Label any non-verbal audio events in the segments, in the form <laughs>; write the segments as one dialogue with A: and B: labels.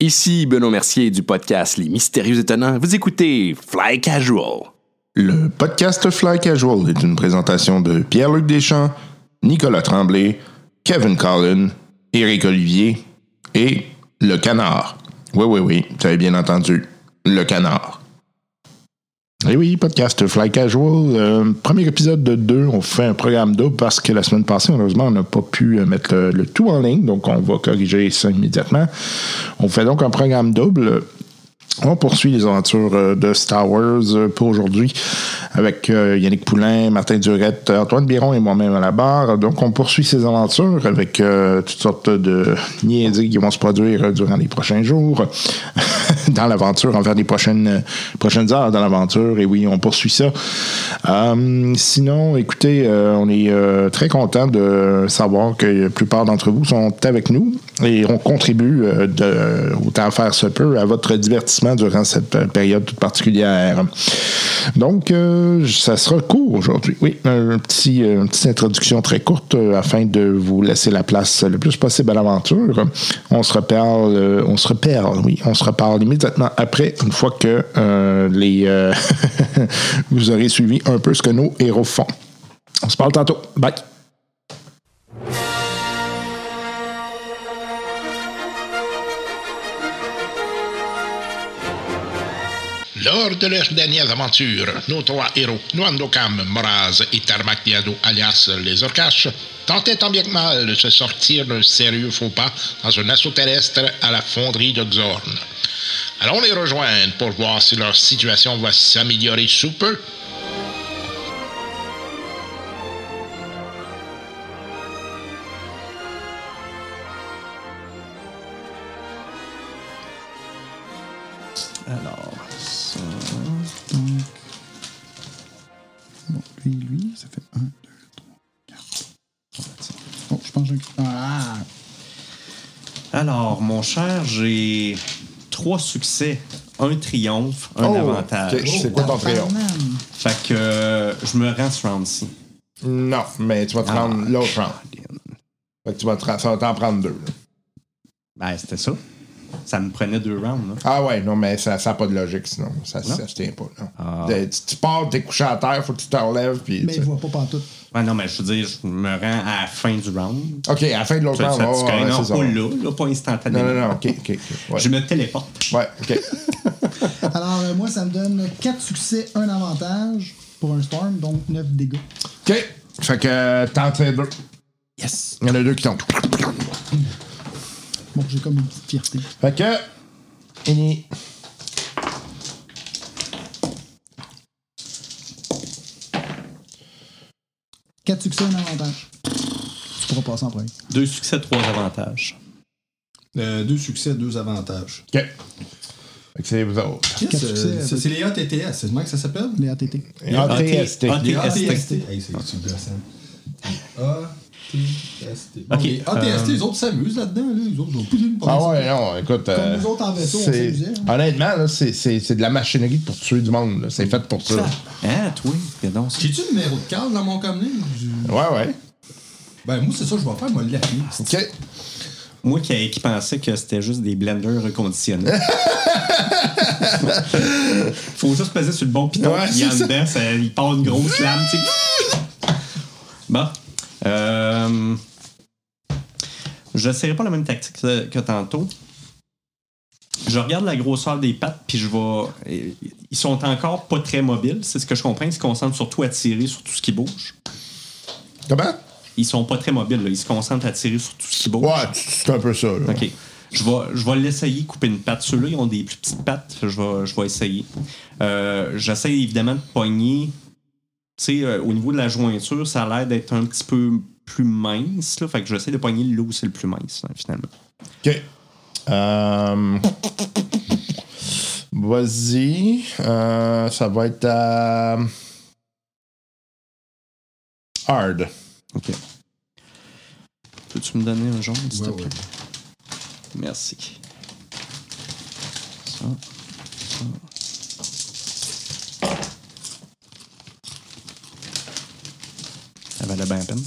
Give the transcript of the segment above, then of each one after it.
A: Ici Benoît Mercier du podcast Les Mystérieux Étonnants. Vous écoutez Fly Casual.
B: Le podcast Fly Casual est une présentation de Pierre-Luc Deschamps, Nicolas Tremblay, Kevin Collin, Éric Olivier et Le Canard. Oui, oui, oui, vous avez bien entendu. Le Canard. Et oui, podcast Fly Casual. euh, premier épisode de 2, on fait un programme double parce que la semaine passée, malheureusement, on n'a pas pu euh, mettre le, le tout en ligne, donc on va corriger ça immédiatement. On fait donc un programme double. On poursuit les aventures euh, de Star Wars euh, pour aujourd'hui avec euh, Yannick Poulain, Martin Durette, Antoine Biron et moi-même à la barre. Donc, on poursuit ces aventures avec euh, toutes sortes de niaiseries qui vont se produire euh, durant les prochains jours, <laughs> dans l'aventure, envers les prochaines, euh, prochaines heures dans l'aventure. Et oui, on poursuit ça. Euh, sinon, écoutez, euh, on est euh, très content de savoir que la plupart d'entre vous sont avec nous et on contribue euh, de, autant faire se peut à votre divertissement durant cette euh, période toute particulière. Donc, euh, ça sera court aujourd'hui. Oui, un petit, euh, une petite introduction très courte euh, afin de vous laisser la place le plus possible à l'aventure. On se reparle, euh, on se reparle, oui, on se reparle immédiatement après, une fois que euh, les, euh, <laughs> vous aurez suivi un peu ce que nos héros font. On se parle tantôt. Bye.
C: Lors de leurs dernières aventures, nos trois héros, Noandokam, Moraz et Tarmac Diado, alias les Orcaches, tentaient tant bien que mal de se sortir d'un sérieux faux pas dans un assaut terrestre à la fonderie de Xorn. Allons les rejoindre pour voir si leur situation va s'améliorer sous peu.
D: Alors, ça. Donc. Bon, lui, lui, ça fait 1, 2, 3, 4. Bon, Oh, je pense que j'ai. Ah!
E: Alors, mon cher, j'ai trois succès, un triomphe, un
B: Oh,
E: avantage.
B: ok. C'est quoi ton prénom?
E: Fait que euh, je me rends ce round-ci. Ah,
B: Non, mais
D: Ah.
B: tu vas te prendre l'autre round. Fait que tu vas te ra- ça va t'en prendre deux. là.
E: Ben, c'était ça. Ça me prenait deux rounds. là.
B: Ah ouais, non, mais ça n'a pas de logique sinon. Ça ne se tient pas. non.
E: Ah.
B: De- tu, tu pars, t'es couché à terre, faut que tu te relèves. Puis,
D: Mais
B: tu-
D: il voit pas pantoute.
E: Ouais, Ben, non, mais je veux dire, je me rends à la fin du round.
B: Ok, à la fin de l'autre
E: Ça,
B: round,
E: ça,
B: Ah, ouais,
E: tu
B: ouais,
E: connais,
B: ouais,
E: non,
B: euh, c'est ça.
E: pas là, là, pas instantanément.
B: Non, non, non, ok, ok. ok,
E: <laughs>
B: Ouais,
E: Je me téléporte.
B: Ouais, ok.
D: Alors, euh, moi, ça me donne 4 succès, 1 avantage pour un Storm, donc 9 dégâts.
B: ok, fait que euh, t'en fais deux.
D: Yes!
B: Il y en a deux qui tombent.
D: Bon, j'ai comme une petite fierté.
B: Fait que. et-
D: Quatre succès, un avantage. Tu pourras passer en premier.
E: Deux succès, trois avantages.
F: Euh, deux succès, deux avantages.
B: Ok. Fait que c'est vous autres.
E: Ah,
F: Yes,
D: Quatre
F: euh,
D: succès,
E: ben
F: c'est
D: avec-
F: c'est les ATTS, c'est comment que ça s'appelle?
D: Les ATT.
B: ATST.
E: Ok,
F: Les
E: ok,
F: ATST.
E: ST.
F: Hey, c'est c'est blessant. ATST. Bon,
E: Ok, euh,
F: les ATST, les autres s'amusent là-dedans. Là. Les autres ils ont plus d'une
B: Ah ouais, non, écoute. euh,
D: nous autres en vaisseau, on
B: c'est-
D: s'amusait, hein.
B: Honnêtement, là, c'est- c'est c'est de la machinerie pour tuer du monde. là. C'est fait pour ça.
E: Hein, toi? que donc, c'est-
F: J'ai-tu le numéro de carte dans mon comlink? Je-
B: Ouais, ouais.
F: Ben, moi, c'est ça que je vais faire, moi, l'appeler.
B: Ok.
E: Moi qui, qui pensais que c'était juste des blenders
B: <laughs>
E: reconditionnés. Faut juste peser sur le bon piton,
B: Ouais,
E: il y a
B: c'est ça.
E: dedans, ça- il part une grosse lame, tu sais. Bon. Euh, je serai pas la même tactique que, que tantôt. Je regarde la grosseur des pattes, puis je vais. Ils sont encore pas très mobiles, c'est ce que je comprends. Ils se concentrent surtout à tirer sur tout ce qui bouge.
B: Comment?
E: Ils sont pas très mobiles, là. ils se concentrent à tirer sur tout ce qui bouge.
B: Ouais, c'est un peu ça. Là.
E: OK. Je vais, je vais l'essayer, couper une patte. Ceux-là, ils ont des plus petites pattes. Je vais, je vais essayer. Euh, J'essaie évidemment de pogner. Tu sais, euh, au niveau de la jointure, ça a l'air d'être un petit peu plus mince. Là, fait que j'essaie de pogner là où c'est le plus mince, hein, finalement.
B: OK. Euh, Vas-y. Euh, ça va être euh, à. Hard.
E: OK. Peux-tu me donner un jaune, s'il
F: Ouais,
E: te
F: ouais.
E: plaît? Merci. Ça, ça. Ça valait bien la peine.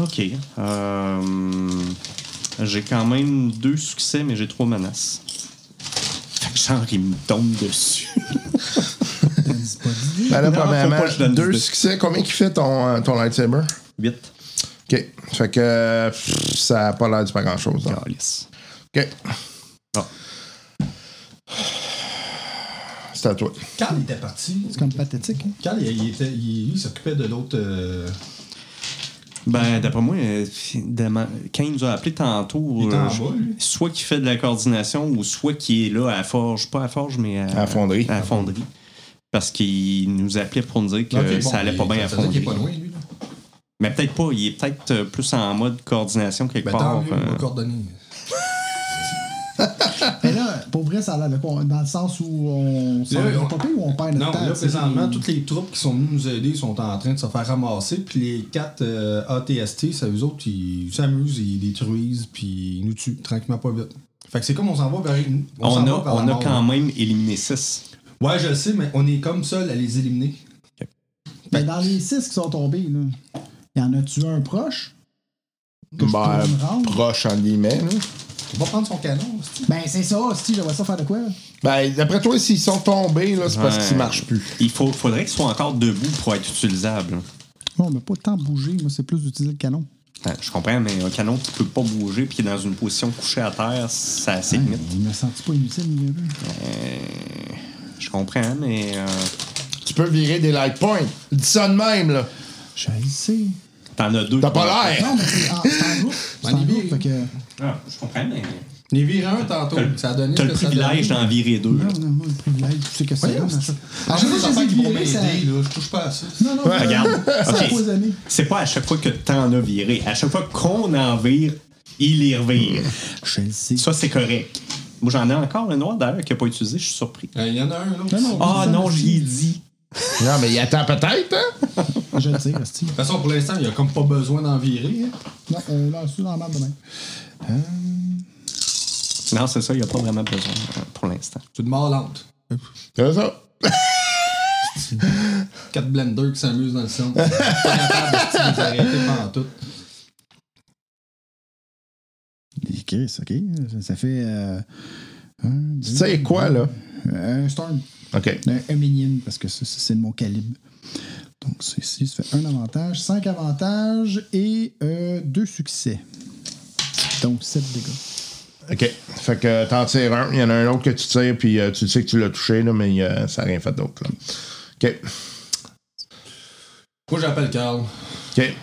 E: OK. Euh, J'ai quand même deux succès, mais j'ai trois menaces. Fait que genre, il me tombe dessus.
B: <laughs>
E: <laughs>
B: Ben là,
E: Non, faut
B: premièrement,
E: pas que je donne
B: deux
E: du-
B: succès. Combien qui fait ton, euh, ton lightsaber?
E: Vite.
B: OK. Fait que euh, pff, ça a pas l'air de faire grand-chose. hein.
E: Calice.
B: OK.
E: Ah.
B: C'est à toi.
F: Cal était parti.
D: C'est comme pathétique. hein.
F: Cal, il, il était- il- il s'occupait de l'autre. euh,
E: Ben, d'après moi, euh, demain- quand il nous a appelé tantôt,
F: Il était en
E: euh,
F: bas, lui.
E: soit qu'il fait de la coordination ou soit qu'il est là à la forge, pas à la forge, mais à,
B: À la fonderie.
E: à la fonderie. Parce qu'il nous appelait pour nous dire que
F: ok, bon,
E: ça allait
F: il-
E: pas bien à la
F: ça veut dire qu'il
E: fonderie.
F: est pas loin, lui. là.
E: Mais peut-être pas, il est peut-être euh, plus en mode coordination quelque
F: Ben,
E: part.
F: tant mieux,
E: euh,
F: il m'a coordonné.
D: Mais là, pour vrai, ça a l'air de quoi? Dans le sens où on s'en
F: Là,
D: va
F: on-
D: pas pire ou on perd notre
F: Non,
D: temps?
F: là,
D: tu sais,
F: présentement,
D: puis-
F: toutes les troupes qui sont venues nous aider sont en train de se faire ramasser. Puis les quatre euh, ATST, ça, eux autres, ils s'amusent, ils détruisent, puis ils nous tuent tranquillement pas vite. Fait que c'est comme on s'en va vers une.
E: on
F: s'en
E: a,
F: va vers la
E: on a
F: mort,
E: quand
F: là.
E: même éliminé 6.
F: Ouais, je le sais, mais on est comme seul à les éliminer.
D: Mais Ben, dans les six qui sont tombés, là, il y en a-tu un proche? Que je
B: Ben,
D: peux me rendre?
B: proche, en guillemets. là.
F: On va prendre son canon, c'est-tu?
D: Ben, c'est ça, si j'aimerais ça faire de quoi? là?
B: Ben, d'après toi, s'ils sont tombés, là, c'est parce
E: Ouais.
B: qu'ils marchent plus.
E: Il faut, faudrait qu'il soit encore debout pour être utilisable.
D: Bon, on n'a Oh, pas tant bougé, moi, c'est plus d'utiliser le canon.
E: Attends, Euh, Je comprends, mais un canon qui peut pas bouger puis qui est dans une position couchée à terre, ça a ses limites.
D: Il me sentit pas inutile, le gars.
E: Euh, Je comprends, mais euh,
B: Tu peux virer des light points. Dis ça de même, là.
D: Je le sais.
E: t'en as deux.
B: T'as pas l'air.
D: Non, mais c'est en c'est en groupe. C'est en groupe, fait que.
E: Ah, je comprends, mais
F: Les virés un tantôt. Ça a donné
E: t'as
F: ce
E: le
F: que ça a
E: privilège
F: donné.
E: d'en virer deux. là.
D: Non, non, non, le privilège, tu sais que c'est.
F: Voyons,
D: là,
F: c'est-
D: mais-
F: À chaque fois,
D: Ah,
F: ça
D: j'ai
F: qui vont
D: viré,
F: m'aider,
D: ça-
F: là. Je touche pas à ça.
D: Non, non, non,
E: Ah, Regarde,
D: <laughs> Ça
E: ok.
D: a empoisonné.
E: c'est pas à chaque fois que t'en as viré. À chaque fois qu'on en vire, il y revire.
D: Je le sais.
E: Ça, c'est correct. Moi, j'en ai encore un noir d'ailleurs qui n'a pas utilisé, je suis surpris.
F: Il Euh, y en a un, là.
D: Non, non.
F: De
E: Ah non, j'y ai dit.
B: Non, mais il attend peut-être, hein?
D: Ah, Je le sais, Rusty.
F: toute façon, pour l'instant, il n'y a comme pas besoin d'en virer. hein.
D: Non, on lance tout dans la merde demain.
E: Non, c'est ça, il n'y a pas vraiment besoin euh, pour l'instant.
F: C'est une mort lente.
B: C'est ça.
F: Quatre blenders qui s'amusent dans le centre. Pas capable de les arrêter pendant tout.
D: Chris, ok. Ça, ça fait. Euh, un, deux,
B: Tu sais quoi, là?
D: euh, Un storm.
B: OK.
D: Un, un minion, parce que ça, ça, c'est de mon calibre. Donc, c'est ici, ça fait un avantage, cinq avantages et euh, deux succès. Donc, sept dégâts.
B: OK. Fait que euh, t'en tires un, il y en a un autre que tu tires, puis euh, tu sais que tu l'as touché, là, mais euh, ça n'a rien fait d'autre, là. OK.
F: Moi, j'appelle Carl.
B: OK.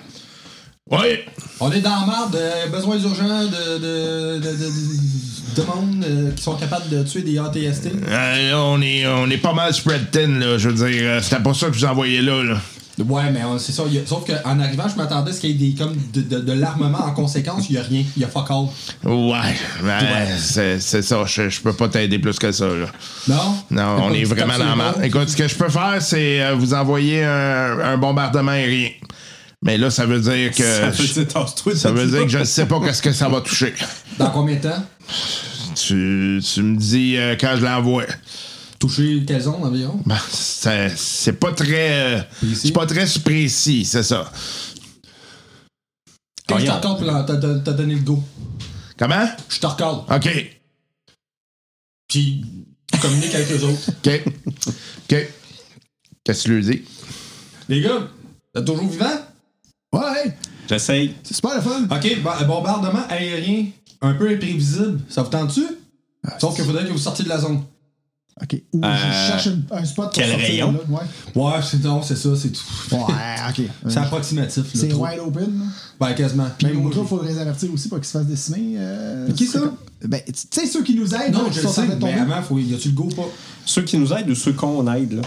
B: Ouais!
F: On est dans la marde, euh, besoins urgents de, de, de, de- de monde euh, qui sont capables de tuer des ATST.
B: Euh, on, est, on est pas mal spread thin, là. Je veux dire, euh, c'était pas ça que je vous envoyais là, là.
F: Ouais, mais on- c'est ça. il y a- sauf qu'en arrivant, je m'attendais à ce qu'il y ait des, comme de, de- de l'armement en conséquence. Il n'y a rien. Il y a fuck all.
B: Ouais, ben, c'est c'est ça. Je, je peux pas t'aider plus que ça, là.
F: Non?
B: Non, on est vraiment dans la merde. Écoute, ce que je peux faire, c'est euh, vous envoyer un, un bombardement aérien. Mais là, ça veut dire que.
E: ça veut
B: je-
E: dire tasse-toi,
B: ça veut
E: dit
B: dire
E: pas.
B: que je ne sais pas qu'est-ce que ça va toucher.
F: Dans combien de temps?
B: Tu, tu me dis euh, quand je l'envoie.
F: Toucher quelle zone environ?
B: Ben, c'est c'est pas très. euh,
F: Précis.
B: c'est pas très précis, c'est ça.
F: Quand je te
E: Voyons.
F: recolle, puis là, t'as t'as- t'as donné le go.
B: Comment?
F: Je te recolle.
B: OK.
F: Puis, communique avec eux autres.
B: OK. OK. Qu'est-ce que tu lui dis?
F: Les gars, t'es toujours vivant?
D: Ouais!
E: J'essaye.
D: C'est super le fun!
F: OK, bon, bombardement aérien un peu imprévisible. Ça vous tente-tu? Sauf qu'il faudrait que vous sortiez de la zone.
D: Ok, ou je
E: Euh,
D: cherche un, un spot pour
E: quel
D: sortir de
E: rayon?
D: là, Ouais,
F: Ouais, c'est non, c'est ça, c'est tout.
D: ouais ok.
F: <laughs> C'est approximatif, le
D: C'est
F: trou.
D: wide open. là.
F: Ben, quasiment.
D: Puis
F: Même
D: nos
F: moi,
D: troupes,
F: je-
D: faut les avertir aussi pour qu'ils se fassent dessiner. euh,
F: qui
D: c'est
F: ça?
D: comme- Ben, tu tu sais, ceux qui nous aident.
F: Non,
D: là, qui
F: je le
D: sont en
F: sais,
D: train de
F: mais
D: tomber.
F: avant, faut... y a-tu le go ou pas?
E: Ceux qui nous aident ou ceux qu'on aide, là?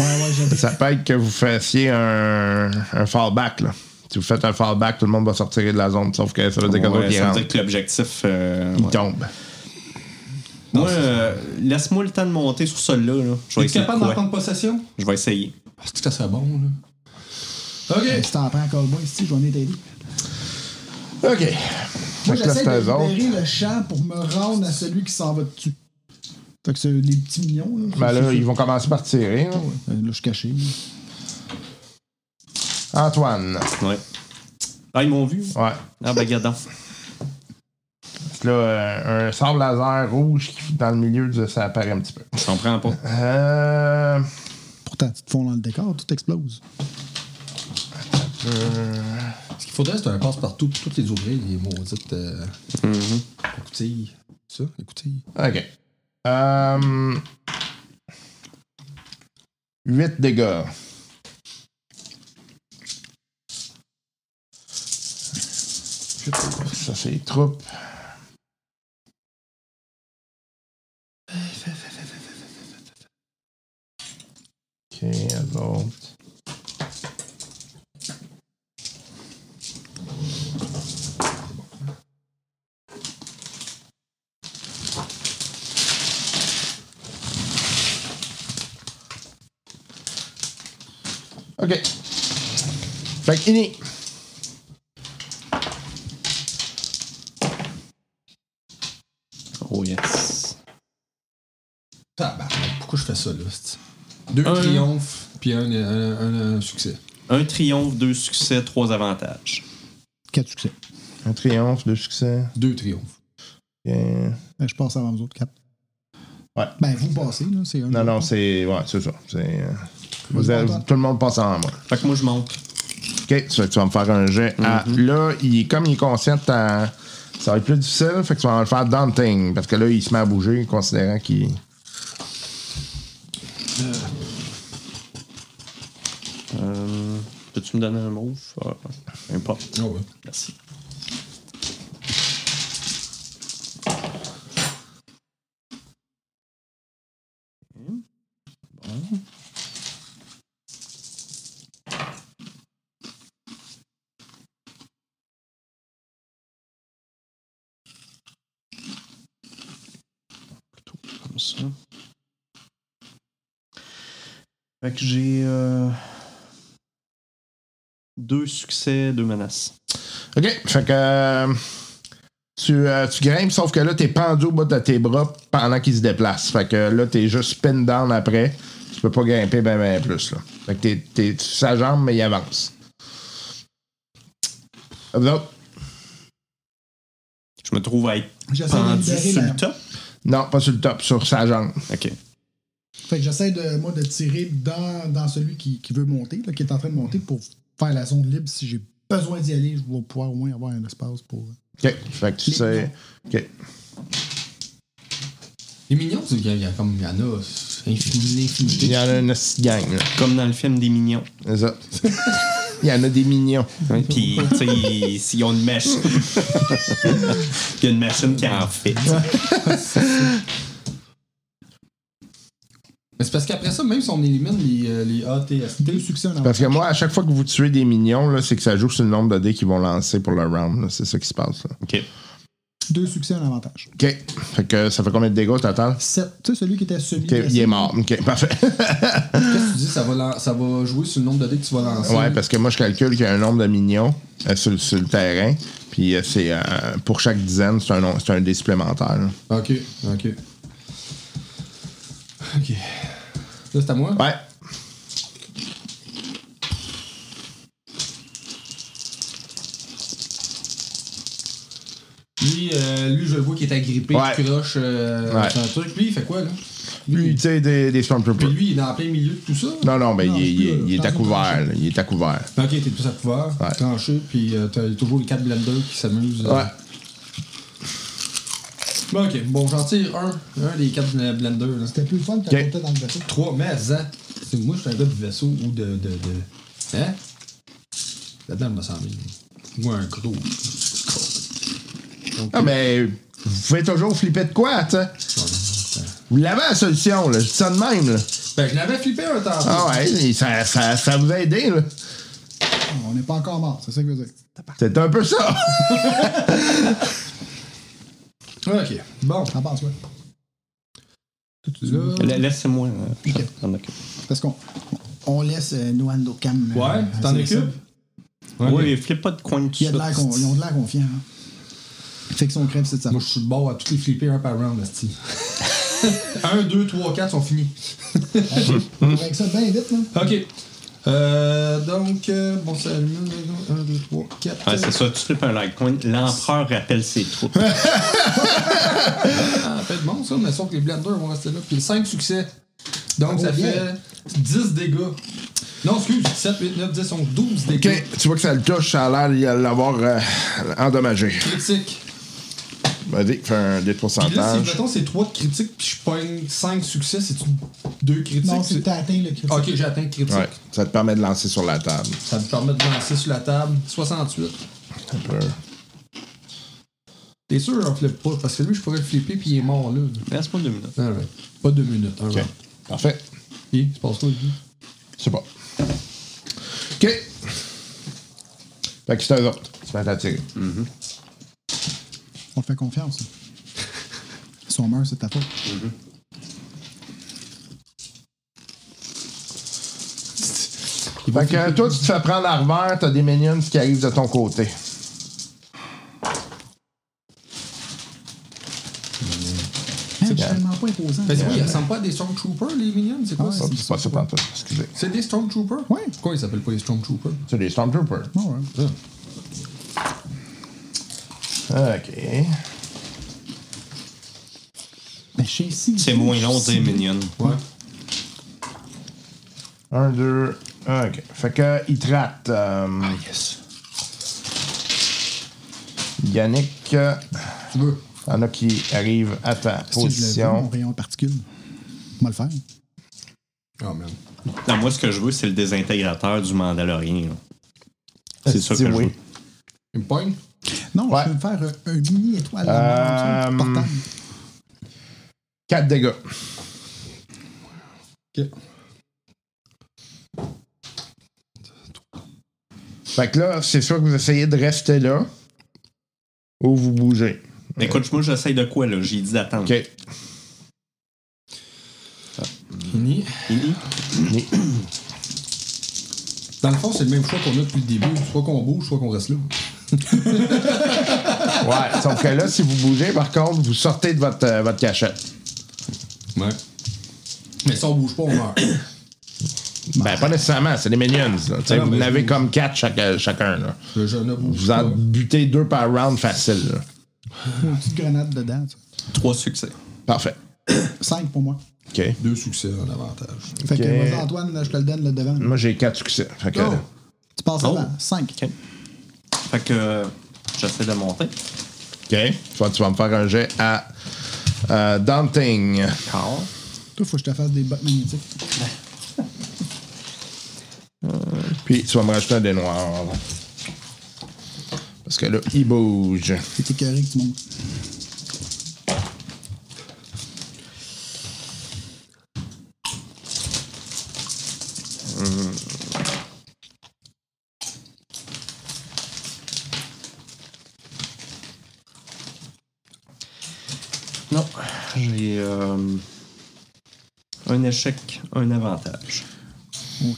D: Ouais, ouais, j'avoue.
B: Ça peut être que vous fassiez un, un fallback, là. Si vous faites un fallback, tout le monde va sortir de la zone, sauf que ça veut dire que d'autres
E: Ouais,
B: qui
E: ça veut
B: rentrent.
E: dire que l'objectif. euh,
B: Ils
E: ouais.
B: tombent.
E: Moi, euh, laisse-moi le temps de monter sur celui-là. là. Je vais
F: Es-tu
E: essayer. de
F: capable d'en
E: quoi.
F: prendre possession?
E: Je vais essayer.
F: Parce que ça serait bon, là.
D: Hey,
F: OK.
D: Tu t'en prends encore moins, si j'en ai t'aider.
B: OK.
D: Moi,
B: Fait que là,
D: j'essaie
B: c'est eux
D: de
B: autres.
D: libérer le champ pour me rendre à celui qui s'en va dessus. Fait que c'est les petits mignons. Là,
B: Ben là,
D: C'est-
B: ils vont commencer par tirer. là.
D: Euh, Là, je suis caché. là.
B: Antoine.
E: Ouais. Ah, ils m'ont vu.
B: Ouais.
E: Ah, ben, gadon.
B: Puis là, euh, un sable laser rouge qui, dans le milieu, de, ça apparaît un petit peu.
E: Je comprends pas.
B: Euh,
D: Pourtant, tu te fonds dans le décor, tout explose.
B: Euh,
F: Ce qu'il faudrait, c'est un passe-partout pour toutes les ouvrir, les maudites. Euh, écoutilles. Ça, écoutilles.
B: OK. Euh, 8 dégâts. Ça, c'est les troupes. OK, elles autres. OK. Fait que, Ini.
E: Oh yes.
F: Tabarnak, pourquoi je fais ça, là? c'est- Deux triomphes, puis un, un- un- un succès.
E: Un triomphe, deux succès, trois avantages.
D: Quatre succès.
B: Un triomphe, deux succès.
F: Deux triomphes.
B: OK.
D: Ben, je passe avant vous autres, quatre.
B: Ouais.
D: Ben, vous passez, là. C'est un.
B: Non, non, c'est. Ouais, c'est ça. C'est, euh, vous
D: Vas-y,
B: avez-
D: Antoine.
B: tout le monde passe en main.
E: Fait que moi, je monte.
B: OK, ça fait que tu vas me faire un jet. à- là, il, est- comme il est conscient de ta- Ça va être plus difficile, fait que tu vas le faire daunting. Parce que là, il se met à bouger, considérant qu'il.
E: Euh, Peux-tu me donner un mot? Euh, importe.
F: Ah ouais.
E: Merci. Plutôt comme ça. Fait que j'ai euh, deux succès, deux menaces.
B: OK, fait que. euh, Tu, euh, tu grimpes, sauf que là, t'es pendu au bout de tes bras pendant qu'il se déplace. Fait que là, t'es juste pin down après. Tu peux pas grimper bien, bien plus. Là. Fait que t'es, t'es, tu sa jambe, mais il avance. Vous autres?
E: Je me trouve à être
D: J'essaie de
E: pendu
D: libérer
E: sur
D: la-
E: le top.
B: Non, pas sur le top, sur sa jambe.
E: OK.
D: Fait que j'essaie de, moi, de tirer dans, dans celui qui, qui veut monter, là, qui est en train de monter pour faire la zone libre. Si j'ai besoin d'y aller, je vais pouvoir au moins avoir un espace pour. euh,
B: OK, fait que tu sais. OK.
F: Les mignons, c'est- il y, a- il y a comme il y en a c'est infini,
B: Il
F: infinité.
B: y en a une petite gang, là.
E: Comme dans le film des mignons.
B: C'est ça. <laughs> Il y en a des mignons.
E: Puis, <laughs> tu sais, ils, ils ont une <laughs> machine. Il y a une machine qui en fait.
F: Mais c'est parce qu'après ça, même si on élimine les, euh, les ATST,
D: Deux succès, en
B: Parce que moi, à chaque fois que vous tuez des mignons, là, c'est que ça joue sur le nombre de dés qu'ils vont lancer pour le round. là. C'est ça qui se passe. Là.
E: OK.
D: Deux succès en avantage.
B: OK. Fait que ça fait combien de dégâts au total?
D: Sept. Tu sais, celui qui était semi.
B: OK, il est mort. OK, parfait.
F: qu'est-ce que tu dis? Ça va, lan- ça va jouer sur le nombre de dés que tu vas lancer.
B: Ouais, parce que moi, je calcule qu'il y a un nombre de mignons euh, sur, le- sur le terrain. Puis euh, c'est euh, pour chaque dizaine, c'est un, nom- c'est un dé supplémentaire. là.
F: Ok, ok. Ok. Là, c'est à moi?
B: Ouais.
F: Lui, euh, lui, je le vois qu'il est agrippé,
B: Ouais.
F: il croche euh,
B: Ouais.
F: sur un truc. Lui, il fait quoi, là?
B: Lui, tu sais, des, des
F: Puis
B: Stormtroopers.
F: lui, il est en plein milieu de tout ça? Ben,
B: Non, non, ben,
D: Non,
B: il, est- il est-
D: plus,
B: il est à
D: dans
B: couvert. là. Il est à couvert.
F: Ok, t'es tous à pouvoir,
B: Ouais.
F: tranché, puis euh, t'as toujours les quatre blenders qui s'amusent. euh.
B: Ouais.
F: Bon, ok, bon, j'en tire un, un des quatre bl- blenders. Là.
D: C'était plus le fun que
B: Ok.
D: t'as monté dans le vaisseau.
F: Trois, mais ça, c'est moi, je suis un gars de vaisseau ou de. de, de... Hein? Là-dedans, il me semble. Ou un gros. Donc,
B: Ah, mais vous pouvez toujours flipper de quoi, tu sais? Vous l'avez la solution, là. Je dis ça de même, là.
F: Ben, je l'avais flippé un temps.
B: Ah ouais, et ça, ça, ça vous a aidé, là.
D: Non, On n'est pas encore mort, c'est ça que je veux dire.
B: C'est un peu ça.
F: Ok, bon.
D: T'en penses, ouais.
F: Là,
E: La- Laissez-moi. euh, je m'en occupe.
D: Parce qu'on on laisse euh, Nuando Cam. euh,
F: ouais, tu t'en
D: c'est ça.
F: occupes?
E: Oui, flippe pas de coin tout
D: Il y a de
E: ça.
D: l'air con- Ils ont de l'air confiants. hein. Fait que son crève, c'est de ça.
F: Moi, je suis le bord à tous les flipper un par round, Asti. un, deux, trois, quatre sont finis.
D: On règle ça bien vite, là.
F: Ok. Euh, donc, euh, bon, ça allume. 1, 2, 3, 4.
E: Ouais, c'est ça, tu flippes un Litecoin, l'empereur rappelle ses troupes.
F: Ça peut être bon, ça, mais sauf que les blenders vont rester là. Puis 5 succès.
B: Ah,
F: Donc, ça
D: bien.
F: fait 10 dégâts. Non, excuse, 7, 8, 9, 10, 11, 12 dégâts.
B: Ok, tu vois que ça le touche, ça a l'air de l'avoir euh, endommagé.
F: Critique.
B: Vas-y, fais un dé de
F: Puis là, si,
B: pourcentage.
F: mettons, c'est 3 de critique, puis je pogne 5 succès, c'est-tu 2 critiques?
D: Non, c'est que t'as atteint le critique.
F: Ok, j'ai atteint le critique.
B: Ouais, ça te permet de lancer sur la table.
F: Ça me permet de lancer sur la table 68.
B: Un peu.
F: T'es sûr, on flippe pas, parce que lui, je pourrais le flipper, puis il est mort, là.
E: Laisse-moi deux minutes.
F: Alright. Pas deux minutes, un
B: Ok,
F: round.
B: parfait.
F: Puis, c'est passe quoi, lui?
B: Je sais pas. Ok. Fait que c'est eux autres. Tu vas t'attirer.
D: On te fait
F: <laughs>
D: confiance. Si on meurt, c'est de ta faute.
B: Fait que euh, toi, tu te fais prendre à revers, t'as des minions qui arrivent de ton côté.
D: Hein, c'est tellement pas imposant.
F: Mais Ben, c'est quoi, ils ressemblent pas à des Stormtroopers, les minions? Ah, C'est quoi, ça?
B: Hop, C'est Ah, pas ça tantôt, excusez.
F: C'est des Stormtroopers?
D: Ouais.
F: Pourquoi ils s'appellent pas les Stormtroopers?
B: C'est des Stormtroopers.
D: Ouais, ouais.
B: Ok.
D: Ben, je sais ici.
E: C'est moins long, des minions.
F: Ouais.
B: Un, deux. Ok. Fait que, euh, ils te ratent. euh,
E: Yes.
B: Yannick, euh,
F: Tu veux?
B: il y en a qui arrivent à ta
D: Si je l'avais, mon
B: position.
D: rayon de particules. On va le faire.
F: Oh, man.
E: Non, moi, ce que je veux, c'est le désintégrateur du Mandalorien. là. C'est ça que
B: Dis
E: je
B: oui.
E: veux.
F: Une pogne?
D: Non,
B: Ouais.
D: je vais me faire euh, un mini étoile.
B: Euh,
D: dans le monde, ça, portable.
B: Quatre dégâts.
F: Ok.
B: Fait que là, c'est sûr que vous essayez de rester là ou vous bougez.
E: Écoute, moi, j'essaye de quoi, là? J'ai dit d'attendre.
B: Ok.
F: Fini.
E: Fini.
F: Dans le fond, c'est le même choix qu'on a depuis le début. Soit qu'on bouge, soit qu'on reste là.
B: Ouais, sauf que là, si vous bougez, par contre, vous sortez de votre, euh, votre cachette.
F: Ouais. Mais si on bouge pas, on meurt.
B: <coughs> Ben, pas nécessairement, c'est des minions. là. Tu sais,
F: Ah non,
B: vous en
F: mais-
B: avez comme quatre chaque- euh, chacun. Là.
F: Le jeune homme bouge
B: Vous en
F: pas.
B: butez deux par round facile. là.
D: Une petite grenade dedans. ça.
E: Trois succès.
B: Parfait.
D: Cinq pour moi.
B: OK.
F: Deux succès, un avantage.
D: Fait
B: Ok.
D: que, vas-y, Antoine, je te le donne le devant.
B: Moi, j'ai quatre succès. Fait que,
F: Go!
D: Tu passes
E: Oh.
D: avant. Cinq.
E: OK. Fait que euh, j'essaie de monter.
B: OK. Toi, tu vas me faire un jet à euh, Daunting.
E: Car.
D: Toi, faut que je te fasse des bottes magnétiques.
B: Puis, tu vas me rajouter un dé noir. Parce que là, il bouge.
D: C'est écœuré que tu montes.
E: Non, j'ai euh, un échec, un avantage.
D: OK.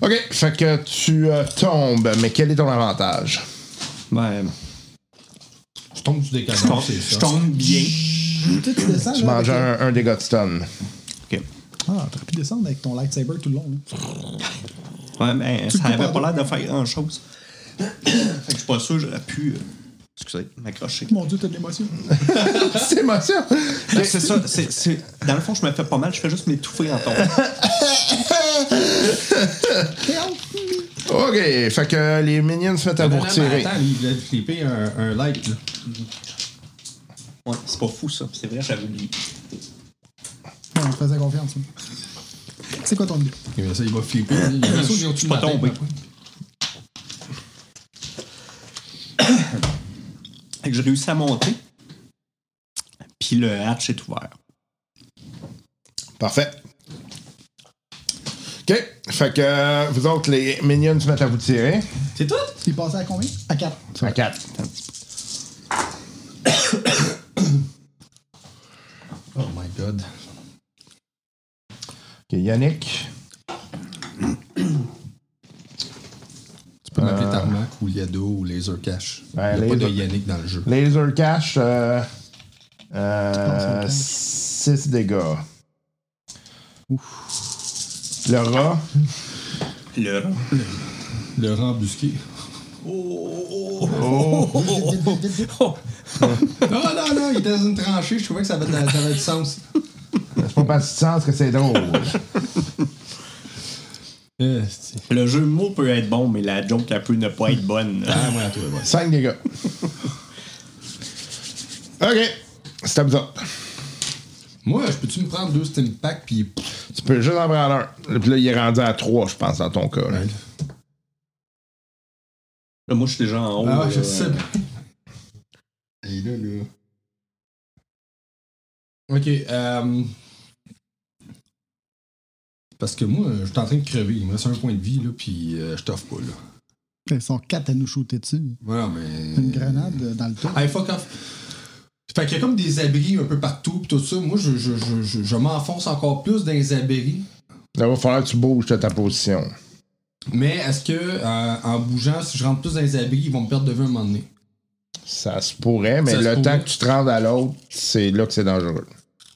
B: OK. Fait que tu euh, tombes. Mais quel est ton avantage?
E: Ben,
F: Je tombe du
E: je tombe-
F: décalage, c'est
E: je
F: ça.
E: tombe bien.
D: Toi, tu descends.
B: Tu
D: là,
B: manges
D: avec-
B: un, un dégât de stun.
E: OK.
D: Ah, t'aurais pu descendre avec ton lightsaber tout le long. là. Oh,
E: Ouais, mais ça
D: peux
E: n'avait
D: pas
E: pas l'air de faire grand-chose. fait que je suis pas sûr j'aurais pu... euh, excusez, m'accrocher.
D: Mon Dieu, t'as de l'émotion.
B: C'est émotion!
E: Ben, c'est ça, c'est, c'est- Dans le fond, je me fais pas mal, je fais juste m'étouffer en tombant.
B: OK. Fait que les minions se mettent à vous retirer.
F: Attends, il voulait flipper un, un light, là.
E: Ouais, c'est pas fou, ça. C'est vrai, j'avais oublié.
D: Ouais, on te faisait confiance. hein. C'est quoi ton but?
F: Et bien ça, il va <coughs> flipper. Il y a ça, ils ont tué
E: suis pas
F: ma tête,
E: tombé.
F: après.
E: Fait que j'ai réussi à monter. Puis le hatch est ouvert.
B: Parfait. OK. Fait que euh, vous autres, les minions se mettent à vous tirer.
F: C'est tout?
D: Il passait à combien? À 4.
B: À 4.
F: Oh my god.
B: OK, Yannick.
F: Tu peux m'appeler Tarmac ou Liado ou Laser Cash. Il n'y
B: Ouais,
F: a pas de
B: Euh. Ben, Laser-
F: Yannick dans le jeu.
B: Laser Cash. Euh,
D: Laser Cash.
B: 6 dégâts. Ouf. Le rat.
E: Le rang.
F: Le <laughs> rembusqué.
E: oh,
F: Oh non, non, il était dans une tranchée, je trouvais que ça avait, de la- ça avait du sens.
B: C'est pas parce que tu sens que c'est drôle.
F: <laughs> Euh, c'est-
E: Le jeu mot peut être bon, mais la joke, elle peut ne pas être bonne.
F: Ah, moi, à toi, ouais.
B: 5 dégâts. OK. Stop up.
F: Moi, je peux-tu me prendre deux Steam Pack puis.
B: Tu peux juste en prendre un. Puis là, il est rendu à 3, je pense, dans ton cas. là.
E: Là, moi, je suis déjà en haut.
F: Ah, ouais, je
E: là.
F: sais. Et là, là. Ok, euh. Parce que moi, je suis en train de crever. Il me reste un point de vie, là, puis euh, je t'offre pas, là.
D: Ils sont quatre à nous shooter dessus.
F: Voilà, mais.
D: Une grenade euh, dans le tour.
F: Hey, fuck off. Fait qu'il y a comme des abris un peu partout, pis tout ça. Moi, je, je, je, je, je m'enfonce encore plus dans les abris.
B: Là, il va falloir que tu bouges de ta position.
F: Mais est-ce que, euh, en bougeant, si je rentre plus dans les abris, ils vont me perdre de vue un moment donné?
B: Ça se pourrait, mais
F: Ça se
B: le
F: pourrait.
B: temps que tu te rendes à l'autre, c'est là que c'est dangereux.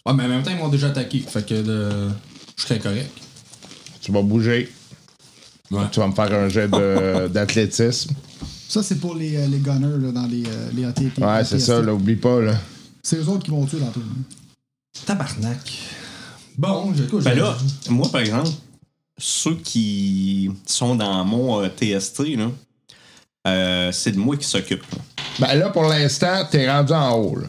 F: Ah, mais en même temps, ils m'ont déjà attaqué. Fait que euh, je serais correct.
B: Tu vas bouger.
F: Ouais.
B: Tu vas me faire un jet
F: <laughs>
B: de- d'athlétisme.
D: Ça, c'est pour les, euh, les gunners là, dans les, euh, les ATT.
B: Ouais, c'est ça, là, oublie pas, là.
D: C'est eux autres qui vont tuer dans le tour.
F: Tabarnak. Bon, j'ai quoi?
E: Ben
F: j'ai-
E: là, moi, par exemple, ceux qui sont dans mon euh, TST, là, euh, c'est de moi qui s'occupe. là.
B: Ben là, pour l'instant, t'es rendu en haut, là.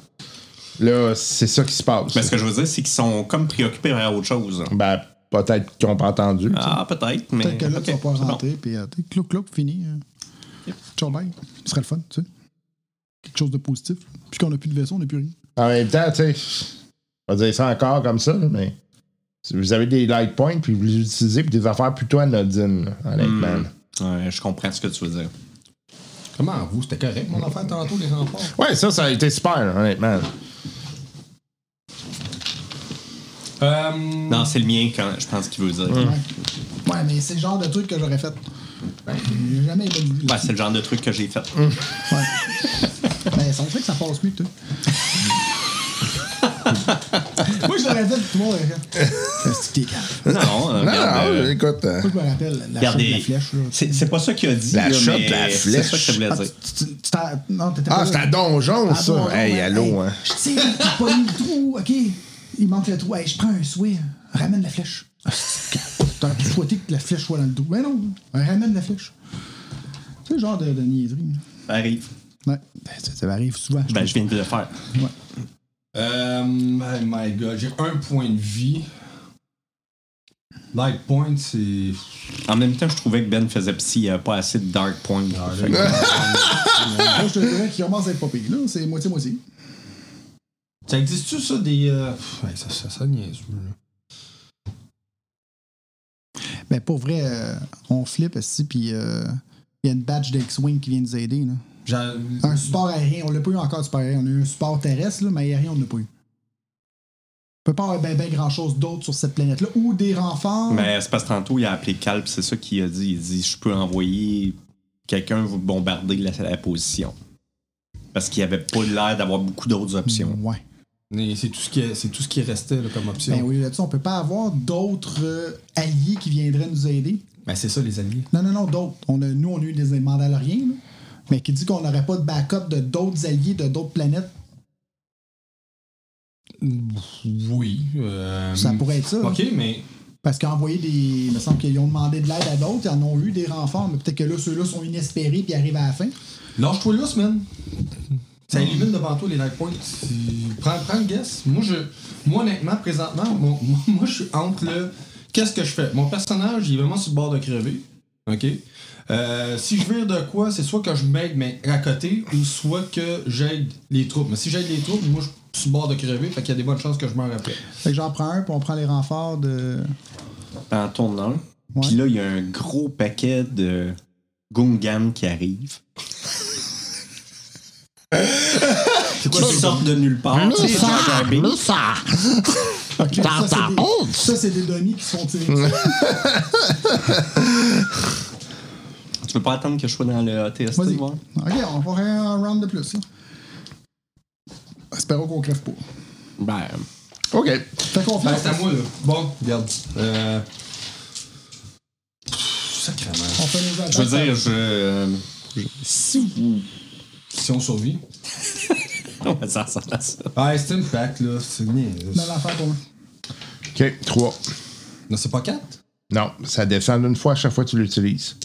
B: Là, c'est ça qui se passe.
E: Ben, ce que je veux dire, c'est qu'ils sont comme préoccupés par autre chose.
B: Ben, peut-être qu'ils n'ont pas entendu.
E: Ah, peut-être, mais.
D: Peut-être que là,
E: ok,
D: tu vas pouvoir
E: c'est bon.
D: rentrer, puis euh, t'es clouc, clouc, fini. euh. Ciao, bye. Ce serait le fun, tu sais. Quelque chose de positif. Puisqu'on n'a plus de vaisseau, on n'a plus rien.
B: En même temps, tu sais, on va dire ça encore comme ça, là, mais si vous avez des light points, puis vous les utilisez pour des affaires plutôt anodines, là, honnêtement.
E: Hmm. Ouais, je comprends ce que tu veux dire.
F: Comment vous? C'était correct, mon affaire, tantôt, les remparts?
B: Ouais, ça, ça a été super, là, honnêtement.
F: Euh.
E: Non, c'est le mien quand je pense qu'il veut dire.
D: Mm. Ouais, mais c'est le genre de truc que j'aurais fait. Ben, J'ai jamais été de vie.
E: Ben, c'est le genre de truc que j'ai fait.
D: Ouais. <laughs> ben, ça fait que ça passe
E: <laughs>
D: mieux, tu sais. Moi, je l'aurais fait, tout le monde aurait fait. C'est t'es calme.
E: Non, euh,
B: Non,
E: regarde,
B: non,
E: euh,
B: écoute. euh,
D: Moi, je me rappelle la shot de
E: regardez.
D: la flèche, là.
E: C'est c'est pas ça qu'il a dit.
B: La
E: là,
B: shot de
E: mais
B: la
E: C'est ça que je
B: flèche.
E: voulais
D: Ah,
E: dire.
D: tu- tu- tu t'as- non, t'étais
B: Ah,
D: pas
B: c'est
D: là.
B: à donjon,
D: Ah,
B: ça.
D: donjon,
B: hey,
D: man.
B: allô,
D: Hey,
B: hein.
D: Je tire, j'ai pas eu le trou, OK? Il manque le trou. Hey, je prends un souhait. Ramène la flèche. Ah, c'est- T'as souhaité que la flèche soit dans le trou. Mais non, ramène la flèche. C'est le genre de, de niaiserie.
E: Arrive.
D: Ouais. Ben, ça, ça m'arrive souvent. je
E: Ben, je viens de le faire.
D: trouve. Ouais.
F: Euh, oh my god, j'ai un point de vie. Light point, c'est.
E: En même temps, je trouvais que Ben faisait psy euh, pas assez de dark point. Fait que-
D: Moi, je te dirais qu'il commence à être pas pire, là. C'est moitié-moitié.
F: Ça existe-tu, ça, des. euh, pff, ouais, ça, ça, ça niaise, là.
D: Ben, pour vrai, euh, on flippe ici, puis euh, il y a une batch d'X-Wing qui vient nous aider, là.
F: J'en-
D: Un support aérien, on l'a pas eu encore, support aérien. On a eu un support terrestre, là, mais aérien, on l'a pas eu. On peut pas avoir ben, ben grand chose d'autre sur cette planète-là. Ou des renforts.
E: Mais ben, c'est parce que tantôt, il a appelé Calp, c'est ça qu'il a dit. Il dit Je peux envoyer quelqu'un vous bombarder la, la position. Parce qu'il avait pas l'air d'avoir beaucoup d'autres options.
D: Ouais.
F: Mais c'est tout ce qui, est- c'est tout ce qui restait là, comme option.
D: Ben oui, là-dessus, on peut pas avoir d'autres euh, alliés qui viendraient nous aider.
F: Ben, c'est ça, les alliés.
D: Non, non, non, d'autres. On a, nous, on a eu des Mandaloriens, là. mais qui dit qu'on n'aurait pas de backup de d'autres alliés de d'autres planètes.
F: Oui. euh,
D: Ça pourrait être ça.
F: Ok,
D: là.
F: mais.
D: Parce qu'envoyer des. Il me semble qu'ils ont demandé de l'aide à d'autres, ils en ont eu des renforts, mais peut-être que là, ceux-là sont inespérés puis arrivent à la fin.
F: Lâche-toi là, man. Ça illumine devant toi les light points. Tu- Prends, prends le guess. Moi, je, moi honnêtement, présentement, mon- <laughs> moi, moi, je suis entre le. Qu'est-ce que je fais Mon personnage, il est vraiment sur le bord de crever. OK Euh, Si je vire de quoi, c'est soit que je m'aide, mais à côté, ou soit que j'aide les troupes. Mais si j'aide les troupes, moi, je suis sur le bord de crever, fait qu'il y a des bonnes chances que je meure après.
D: Fait que j'en prends un, puis on prend les renforts de.
E: T'en tournes un.
D: Ouais.
E: Puis là, il y a un gros paquet de Gungam qui arrive. C'est quoi qui sortent de nulle part? tu sais, Jar Jar Binks.
D: Ça,
F: Ah,
D: c'est des- Ça, c'est des données qui sont tirées.
E: Tu veux pas attendre que je sois dans le ATST?
D: Vas-y.
E: voir?
D: Ok, on va faire un round de plus. là. Espérons qu'on crève pas.
E: Ben,
B: OK.
D: Fait qu'on fait.
F: Ben, c'est à moi, là. Bon, regarde. Euh... Sacré attends,
E: Je euh, veux
F: attends.
E: dire, je. je- Si vous.
F: Si on survit.
E: Non, mais <laughs> ça ressemble à ça.
F: Ah, c'est une pack, là. C'est bien.
D: Dans l'affaire pour moi.
B: OK, 3.
F: Non, c'est pas 4.
B: Non, ça descend d'une fois à chaque fois que tu l'utilises.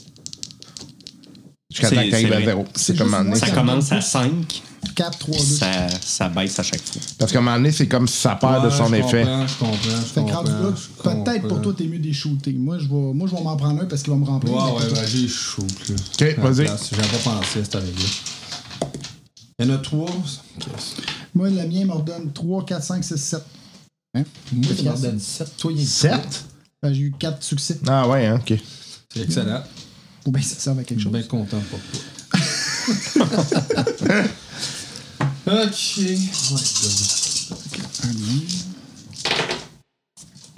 B: Jusqu'à
E: C'est-
B: temps que tu arrives
E: c'est
B: à
E: vrai.
B: zéro. C'est
D: C'est
B: comme
D: juste
B: un moment donné,
E: Ça
B: ça-
E: commence à 5,
D: 4, 3,
E: puis
D: 2.
E: ça, ça baisse à chaque fois.
B: Parce qu'à un moment donné, c'est comme ça perd de son
F: je
B: effet.
F: Comprends, je comprends, je
D: Fait que
F: comprends.
D: rendu là,
F: je
D: peut-être
F: comprends.
D: pour toi, t'es mieux des shooter. Moi, je vais, moi, je vais m'en prendre un parce qu'il va me remplir.
F: Ouais, ouais,
D: Mais-
F: ben, j'ai chaud, là.
B: Ok,
F: À la
B: vas-y.
F: place, J'avais pas pensé à cette règle-là. Il y en a 3.
D: Moi, le mien m'ordonne 3, 4, 5, 6, 7.
F: Moi,
D: Efficace.
F: je m'en donne 7. Toi, il est
B: 7?
D: Ben, j'ai eu 4 succès.
B: Ah ouais, hein, OK.
F: C'est excellent.
D: Ou bien ça serve à quelque
F: Je suis
D: chose.
F: bien content pour
D: <laughs>
F: toi. ok.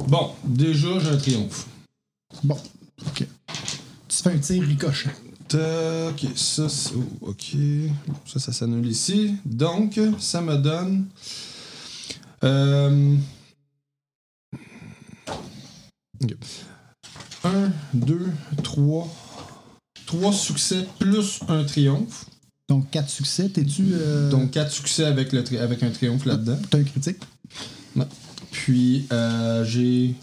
F: Bon, déjà, j'ai un triomphe.
D: Bon, ok. Tu fais un tir ricochet.
F: Ok, ça, c'est- oh, ok. Bon, Ça, ça s'annule ici. Donc, ça me donne. Euh... 1, 2, 3. 3 succès plus un triomphe.
D: Donc, 4 succès. T'es-tu. euh,
F: Donc, 4 succès avec, le tri- avec un triomphe là-dedans.
D: T'as un critique.
F: Puis, euh, j'ai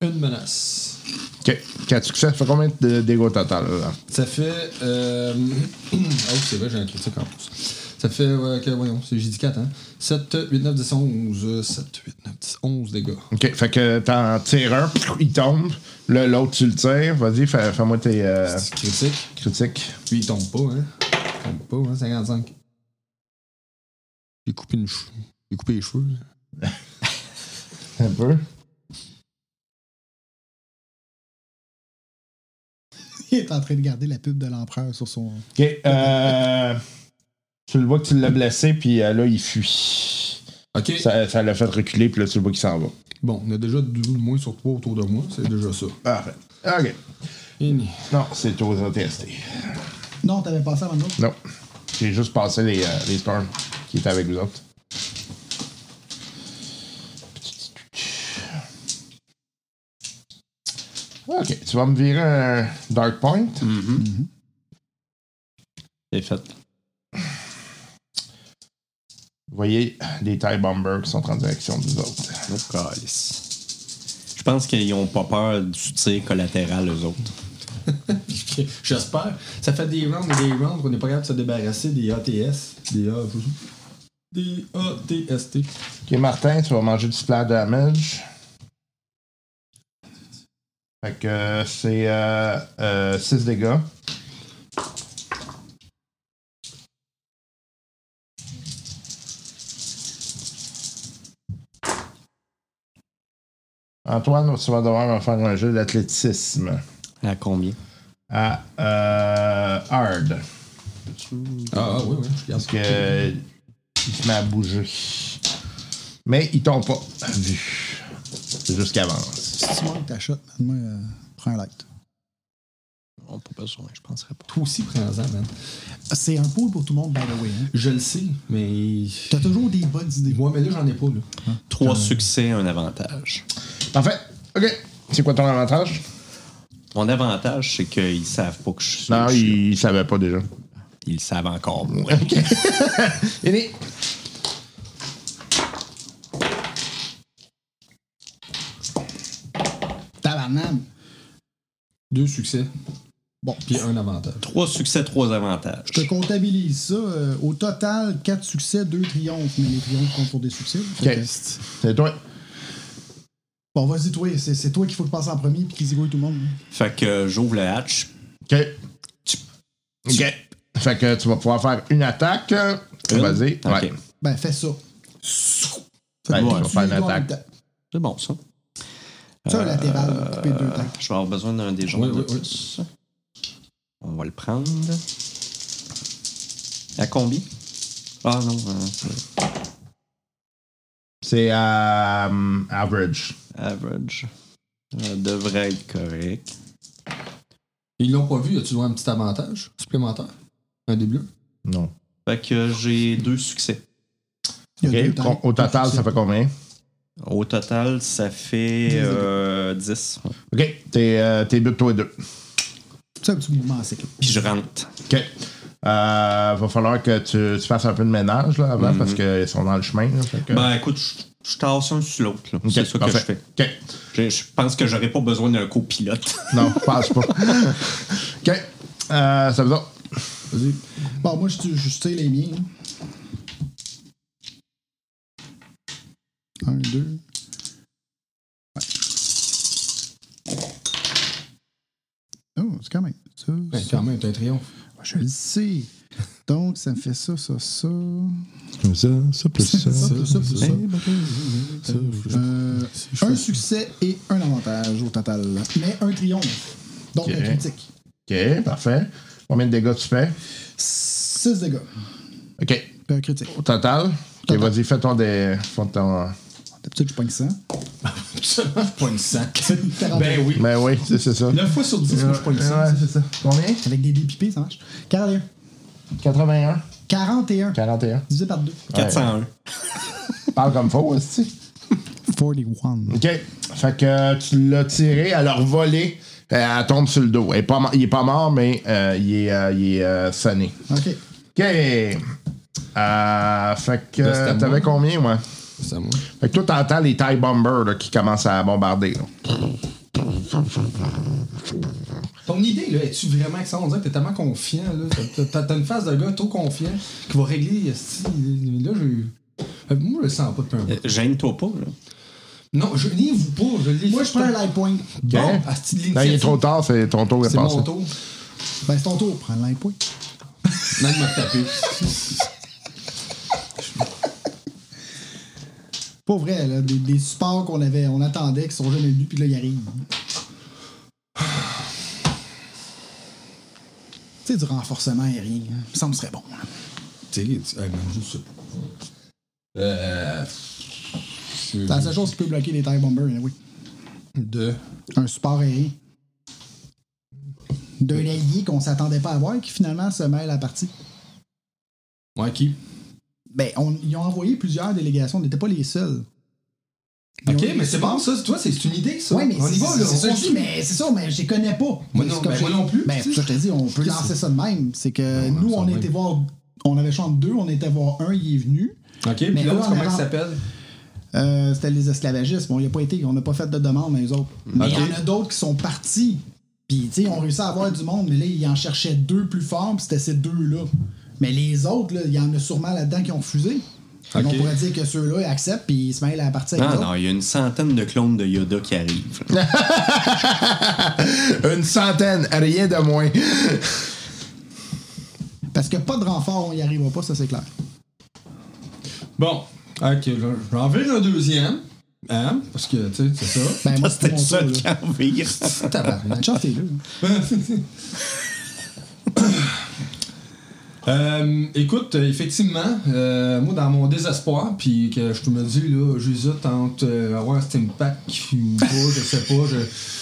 F: une menace.
B: OK. 4 succès, ça fait combien de dégâts au total? Là?
F: Ça fait. Euh... <clears throat> ah oui, c'est vrai, j'ai un critique en plus. Ça fait. Ouais, que, voyons, c'est- j'ai dit 4, hein. 7, 8, 9, 10, 11. 7, 8, 9, 10, 11 dégâts.
B: OK, fait que t'en tires un, il tombe. Là, l'autre, tu le tires. Vas-y, fais- fais-moi tes euh,
F: Petit critique.
B: critiques.
F: Lui, il tombe pas, hein. Il tombe pas, hein, 55. J'ai coupé, une cheveux. j'ai coupé les cheveux. là.
B: Un peu.
D: <laughs> Il est en train de garder la pub de l'empereur sur son.
B: OK, euh, tu le vois que tu l'as blessé, puis euh, là, il fuit.
F: Ok.
B: Ça ça l'a fait reculer, puis là, tu le vois qu'il s'en va.
F: Bon, on a déjà deux de moins sur trois autour de moi. C'est déjà ça.
B: Parfait. OK.
F: Fini.
B: Non, c'est aux OTST.
D: Non, t'avais passé avant nous.
B: Non. J'ai juste passé les, euh, les Storm qui étaient avec vous autres. Ok, tu vas me virer un Dark Point.
E: C'est fait.
B: Vous voyez des TIE Bombers qui sont en direction de vous autres.
E: Oh, calice. Je pense qu'ils ont pas peur du tir collatéral, eux autres.
F: <laughs> J'espère. Ça fait des rounds et des rounds qu'on n'est pas capable de se débarrasser des ATS. Des A, Des ATST.
B: Ok, Martin, tu vas manger du splash damage. Fait que euh, c'est 6 dégâts. Antoine, tu vas devoir me faire un jeu d'athlétisme
E: À combien
B: à Ah, euh, Hard.
F: Ah, ah, oui, oui, je garde.
B: Parce que euh, il se met à bouger. Mais il tombe pas vu. Jusqu'à avance.
D: Si tu manques ta shot, moi, euh, prends un light.
E: On pas besoin, je penserais pas.
F: Toi aussi, prends-en, man.
D: C'est un pool pour tout le monde, by the way. Hein.
F: Je le sais, mais.
D: T'as toujours des bonnes idées.
F: Moi, mais là, j'en ai pas, là.
E: Trois succès, un avantage.
B: Parfait. OK. C'est quoi ton avantage?
E: Mon avantage, c'est qu'ils savent pas que je suis.
B: Non,
E: je suis-
B: il savait pas déjà.
E: Ils le savent encore
F: <laughs>
E: moins.
B: Aîné.
D: Tabarnane.
F: Deux succès,
D: Bon, euh,
F: puis un avantage.
E: Trois succès, trois avantages.
D: je te comptabilise ça. euh, au total, 4 succès, 2 triomphes. Mais les triomphes comptent pour des succès. Fait que-
B: C'est toi.
D: Bon, vas-y, toi. C'est c'est toi qu'il faut que passe en premier puis qu'il zigouille tout le monde. hein.
E: Fait que euh, j'ouvre le hatch.
B: OK. OK. Fait que tu vas pouvoir faire une attaque.
E: Une?
B: Vas-y.
E: Ok.
B: Ouais.
D: Ben, fais ça.
B: Ouais,
E: bon,
B: tu vas Ben, faire
D: Tu y vas
B: une
D: en même
B: attaque.
D: temps.
E: C'est bon, ça.
D: Ça, un latéral, couper deux temps.
E: Je vais avoir besoin d'un des gens
F: Oui,
E: de
F: oui, oui.
E: plus. On va le prendre. À combien Ah non. euh, c'est
B: C'est euh, average.
E: average. Ça devrait être correct.
F: Ils l'ont pas vu, as-tu droit à un petit avantage supplémentaire Un des bleus
B: Non.
E: Fait que j'ai deux succès.
D: Il y a deux
B: Euh, OK.
D: temps.
B: Au total, ça fait combien?
E: Au total, ça fait euh, 10.
B: OK. T'es euh, t'es deux, toi et deux.
D: C'est un petit mouvement assez clair.
E: Puis je rentre.
B: OK. Euh, va falloir que tu, tu fasses un peu de ménage là, avant parce qu'ils sont dans le chemin. là, fait que-
E: Mhm. Ben écoute, je, je tasse un sur l'autre. là.
B: OK,
E: C'est ça que
B: parfait.
E: je fais.
B: OK.
E: Je, je pense que j'aurais pas besoin d'un copilote. <laughs>
B: Non, <laughs> je pense pas. OK. Euh, ça veut dire.
D: Vas-y. Bon, moi, je, je tire les miens. hein. là. Un, deux. Ouais. Oh, c'est quand même. Ça,
F: Ben,
D: ça.
F: quand même, t'as un triomphe.
D: Je le sais. Donc, ça me fait ça, ça,
B: Ça, ça
D: ça.
B: Hein? plus
D: Ça, ça, plus ça, plus ça.
F: Euh,
D: Euh, un succès et un avantage au total. Mais un triomphe. Donc,
B: Ok.
D: un critique.
B: OK, parfait. Combien de dégâts tu fais?
D: 6 dégâts.
B: OK.
D: Puis un critique.
B: Au total? OK,
D: Total.
B: vas-y, fais ton. Dé... Fais ton...
D: D'habitude, je pogne 100.
F: Absolument, je pogne 100. <laughs>
D: Ben
F: ben oui.
B: Ben oui, c'est c'est ça.
F: 9 fois sur 10, moi, je pogne 100.
B: Ouais, c'est ça. Combien?
D: Avec des dés pipés, ça marche. 41.
B: 81.
D: 41.
B: 41.
D: Divisé par 2.
E: 401.
B: Parle comme faux, aussi.
D: 41.
B: OK. Fait que euh, tu l'as tiré, elle a revolé, elle tombe sur le dos. Elle est pas mo- il est pas mort, mais euh, il est, euh, il est euh, sonné.
D: OK.
B: OK. Euh, fait que
F: Là, c'est à
B: euh, t'avais
F: moi.
B: combien, moi?
F: C'est à moi.
B: Fait que toi, t'entends les TIE Bombers là, qui commencent à bombarder. là.
F: Ton idée, là, es-tu vraiment que ça? On dirait que t'es tellement confiant, là. T'as- T'as, t'as une face de gars trop confiant qui va régler. esti, Là, je. Euh, Moi, je le sens pas depuis un bout.
E: Euh, Gêne-toi pas. Là.
F: Non, je n'y vous pas. Je l'ai
D: Moi,
F: fait.
D: je prends un light point.
B: OK?
F: Bon, asti de
B: Là, il est
F: l'initiative.
B: trop tard, c'est ton tour est
F: C'est
B: passé.
F: mon tour.
D: Ben, c'est ton tour. Prends le light point.
F: Non, il m'a tapé.
D: <laughs> Pour vrai, là, des, des supports qu'on avait, on attendait, qui sont jamais venus, puis là, ils arrivent. <sighs> Tu sais, du renforcement aérien, hein. il me semble que ce serait bon. hein.
F: Tu sais, tu- hey, man, je sais pas. Euh.
D: C'est la seule chose qui peut bloquer les TIE Bombers, oui.
F: De.
D: Un support aérien. D'un allié qu'on s'attendait pas à voir, qui finalement se mêle à la partie.
F: Ouais, qui?
D: Ben, on- ils ont envoyé plusieurs délégations, on n'était pas les seuls. Ils
F: Ok,
D: ont-
F: mais c'est bon, ça. c'est- Toi, c'est c'est une idée, ça.
D: Ouais, mais
F: on y
D: c'est-
F: va, là.
D: c'est
F: on
D: ça que je dis,
F: continue.
D: mais c'est ça, mais je les connais pas.
F: Moi
D: C'est
F: non-
D: comme
F: ben,
D: je-
F: moi non plus.
D: Ben, c'est ça, je te dis, on peut
F: Qu'est-ce
D: lancer ça de même. C'est que
F: Non,
D: nous,
F: non,
D: on
F: ça va
D: était
F: bien.
D: voir, on avait changé deux, on était voir un, il est venu.
F: Ok, puis
D: Mais
F: là,
D: eux, on
F: comment
D: est
F: il
D: en-
F: s'appelle?
D: Euh, C'était les esclavagistes. Bon, il a pas été, on n'a pas fait de demande, mais les autres.
E: Mm.
D: Mais il y en a d'autres qui sont partis. Puis, tu sais, on réussi à avoir du monde, mais là, ils en cherchaient deux plus forts, puis c'était ces deux-là. Mais les autres, là, il y en a sûrement là-dedans qui ont refusé. Donc,
F: Ok.
D: on pourrait dire que ceux-là, ils acceptent, puis ils se mêlent à la partie avec
E: Non,
D: les
E: non,
D: autres.
E: il y a une centaine de clones de Yoda qui arrivent. <laughs> là.
B: Une centaine, rien de
F: <laughs>
B: moins.
D: Parce que pas de renfort, on y arrivera pas, ça, c'est clair.
F: Bon, ok, là, j'en vire un deuxième. Hein? Parce que, tu sais, c'est ça.
D: Ben, moi,
E: C'était
D: c'est
E: le
D: mon
E: seul
D: tour, là.
E: qui en vire.
D: Ben, Chuff, t'es là.
F: Euh, écoute, euh, effectivement, euh, moi dans mon désespoir, puis que je te me dis là, j'hésite entre euh, avoir un steam pack ou pas, je sais pas, je,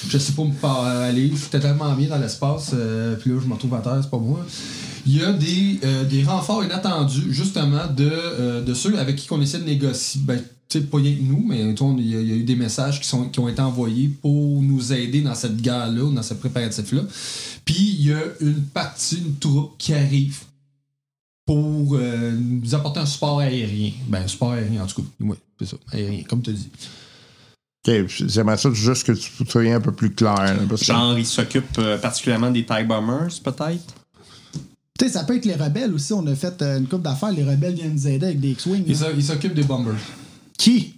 F: je sais pas où me par- aller, j'étais tellement bien dans l'espace, euh, puis là je me retrouve à terre, c'est pas moi. Il y a des, euh, des renforts inattendus, justement, de, euh, de ceux avec qui on essaie de négocier. Ben, tu sais, pas rien que nous, mais tu vois, il y, a- il y a eu des messages qui, sont, qui ont été envoyés pour nous aider dans cette guerre-là, ou dans ce préparatif-là. Puis il y a une partie, une troupe qui arrive pour euh, nous apporter un support aérien. Ben, support aérien, en tout cas. Oui, c'est ça, aérien, comme tu dis.
B: OK, j'aimerais ça juste que tu tu sois un peu plus clair. là, parce que-
E: Genre, il s'occupe euh, particulièrement des TIE Bombers, peut-être.
D: Tu sais, ça peut être les rebelles aussi. On a fait euh, une coupe d'affaires. Les rebelles viennent nous aider avec des X-Wing.
F: Il
D: là.
F: s'o- il s'occupe des bombers.
B: Qui?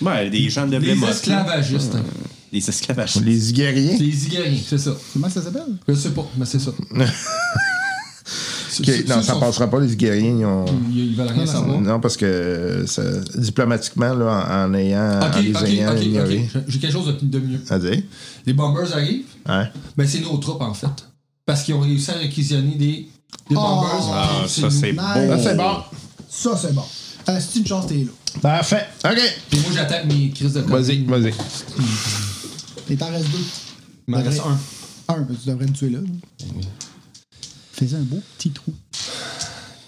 E: Ouais, des gens de
F: Des
E: Blemos, là.
F: esclavagistes. hein.
E: Des esclavages.
B: Les guerriers?
F: Les igariens, c'est ça.
D: Comment ça s'appelle?
F: Je sais pas,
B: <laughs>
F: mais c'est ça.
B: Ok, non, ça passera pas, les guerriers, ils ont...
F: Ils, ils veulent rien savoir.
B: Non, parce que euh, ça- diplomatiquement, là, en, en ayant,
F: Ok,
B: en les
F: ok,
B: ayant
F: ok,
B: ignorés.
F: ok. J'ai quelque chose de, de mieux.
B: Ah, dis,
F: Les bombers arrivent,
B: hein?
F: ben c'est nos troupes en fait. Parce qu'ils ont réussi à réquisitionner des, des bombers.
E: Ah,
F: puis
E: ça,
F: nous.
E: c'est
D: Nice.
E: beau.
B: Ah, c'est bon.
D: Ça, c'est bon. Euh, c'est une chance, t'es là.
B: Parfait. OK.
F: Puis moi j'attaque mes crises de colis.
B: Vas-y, vas-y.
D: Il t'en reste deux.
F: Il m'en reste un.
D: Un, ben, tu devrais me tuer là. Faisais un beau petit trou.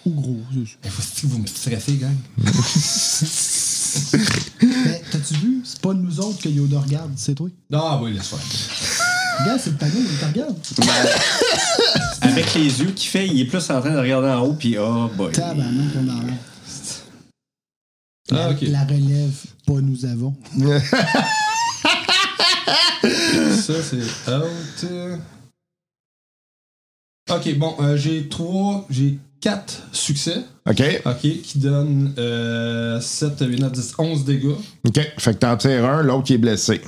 D: Ou gros, c'est ça.
F: Mais faut- Eh, Vous me stressez, gang.
D: Ben, Mais t'as-tu vu? C'est pas nous autres que Yoda regarde, c'est toi.
F: Ah oui, laisse faire.
D: Regarde, c'est le panneau, il te regarde.
E: Avec les yeux qu'il fait, il est plus en train de regarder en haut, puis oh boy.
D: Tabarnak, on en a.
F: Ah, ok.
D: La relève, pas nous avons.
F: Ça, c'est out. euh. Ok, bon, euh, j'ai trois, j'ai quatre succès.
B: OK.
F: Ok, qui donnent euh, 7, 8, 9, 10, 11 dégâts.
B: OK. Fait que t'en tires un, l'autre qui est blessé.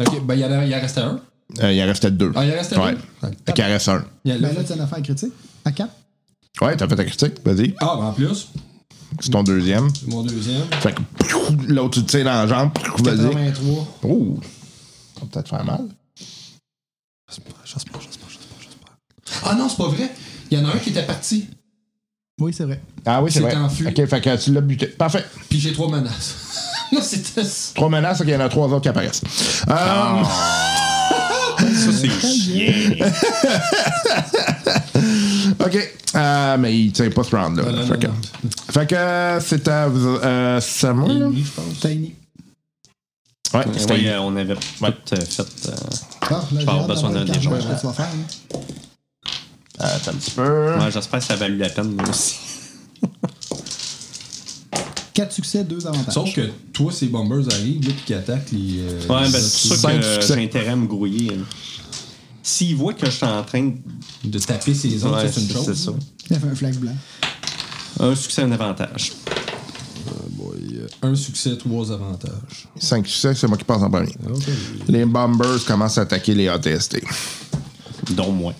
F: Ok, ben il y en a- il en restait un.
B: Euh, il en reste deux.
F: Ah, il en restait
B: ouais.
F: deux?
B: Fait qu'il en reste un.
F: Il y a-
D: Ben là, tu as une affaire critique. À 4.
B: Ouais, t'as fait ta critique. Vas-y.
F: Ah, ben en plus,
B: C'est ton deuxième.
F: c'est mon deuxième.
B: Fait que pfiou, l'autre, tu te tires dans la jambe. pfiou,
D: Ah,
B: Vas-y.
D: ben,
F: 83.
B: Oh. Ça va peut-être faire mal.
F: J'espère, j'espère, j'espère, j'espère, j'espère. Ah non, c'est pas vrai. Il y en a un qui était parti.
D: Oui, c'est vrai.
B: Ah oui, c'est
F: C'est
B: vrai.
F: enfui.
B: OK. Fait que tu l'as buté. Parfait.
F: Puis j'ai trois menaces. <laughs> non, c'était ça.
B: Trois menaces, OK, il y en a trois autres qui apparaissent. Euh,
E: Ça, c'est chiant.
B: OK. Euh, mais il tire pas ce round-là.
F: Non, non,
B: fait, que,
F: non,
B: fait que, euh, c'est à vous- euh, Samuel, là?
F: Oui, je pense.
D: Tiny.
B: Ouais, c'était
E: Oui, euh, on avait tout euh, fait. euh,
D: Ah, là,
E: vais
D: j'ai
E: avoir
D: hâte
E: besoin
D: d'avoir
E: d'un
D: le
E: des
D: carnage
E: gens.
D: que tu vas faire, hein.
B: Attends un petit peu.
E: ouais, J'espère que ça a valu la peine, moi aussi.
D: 4 succès, 2 avantages.
F: Sauf que toi, ces bombers arrivent, là, puis qui attaquent les. euh,
E: Ouais, ben,
F: les
E: c'est pour ça
B: Cinq
E: que
B: succès.
E: euh, j'ai intérêt à me grouiller. hein. S'il voit que je suis en train de.
F: de taper ses autres,
E: Ouais,
F: ça, c'est une
E: c'est
F: chose.
E: c'est ça.
D: Il a fait un flash blanc.
E: Un succès, un avantage.
F: Un succès, trois avantages.
B: Cinq succès, c'est moi qui passe en premier.
F: Ok.
B: Les Bombers commencent à attaquer les ATST.
E: Dont moi.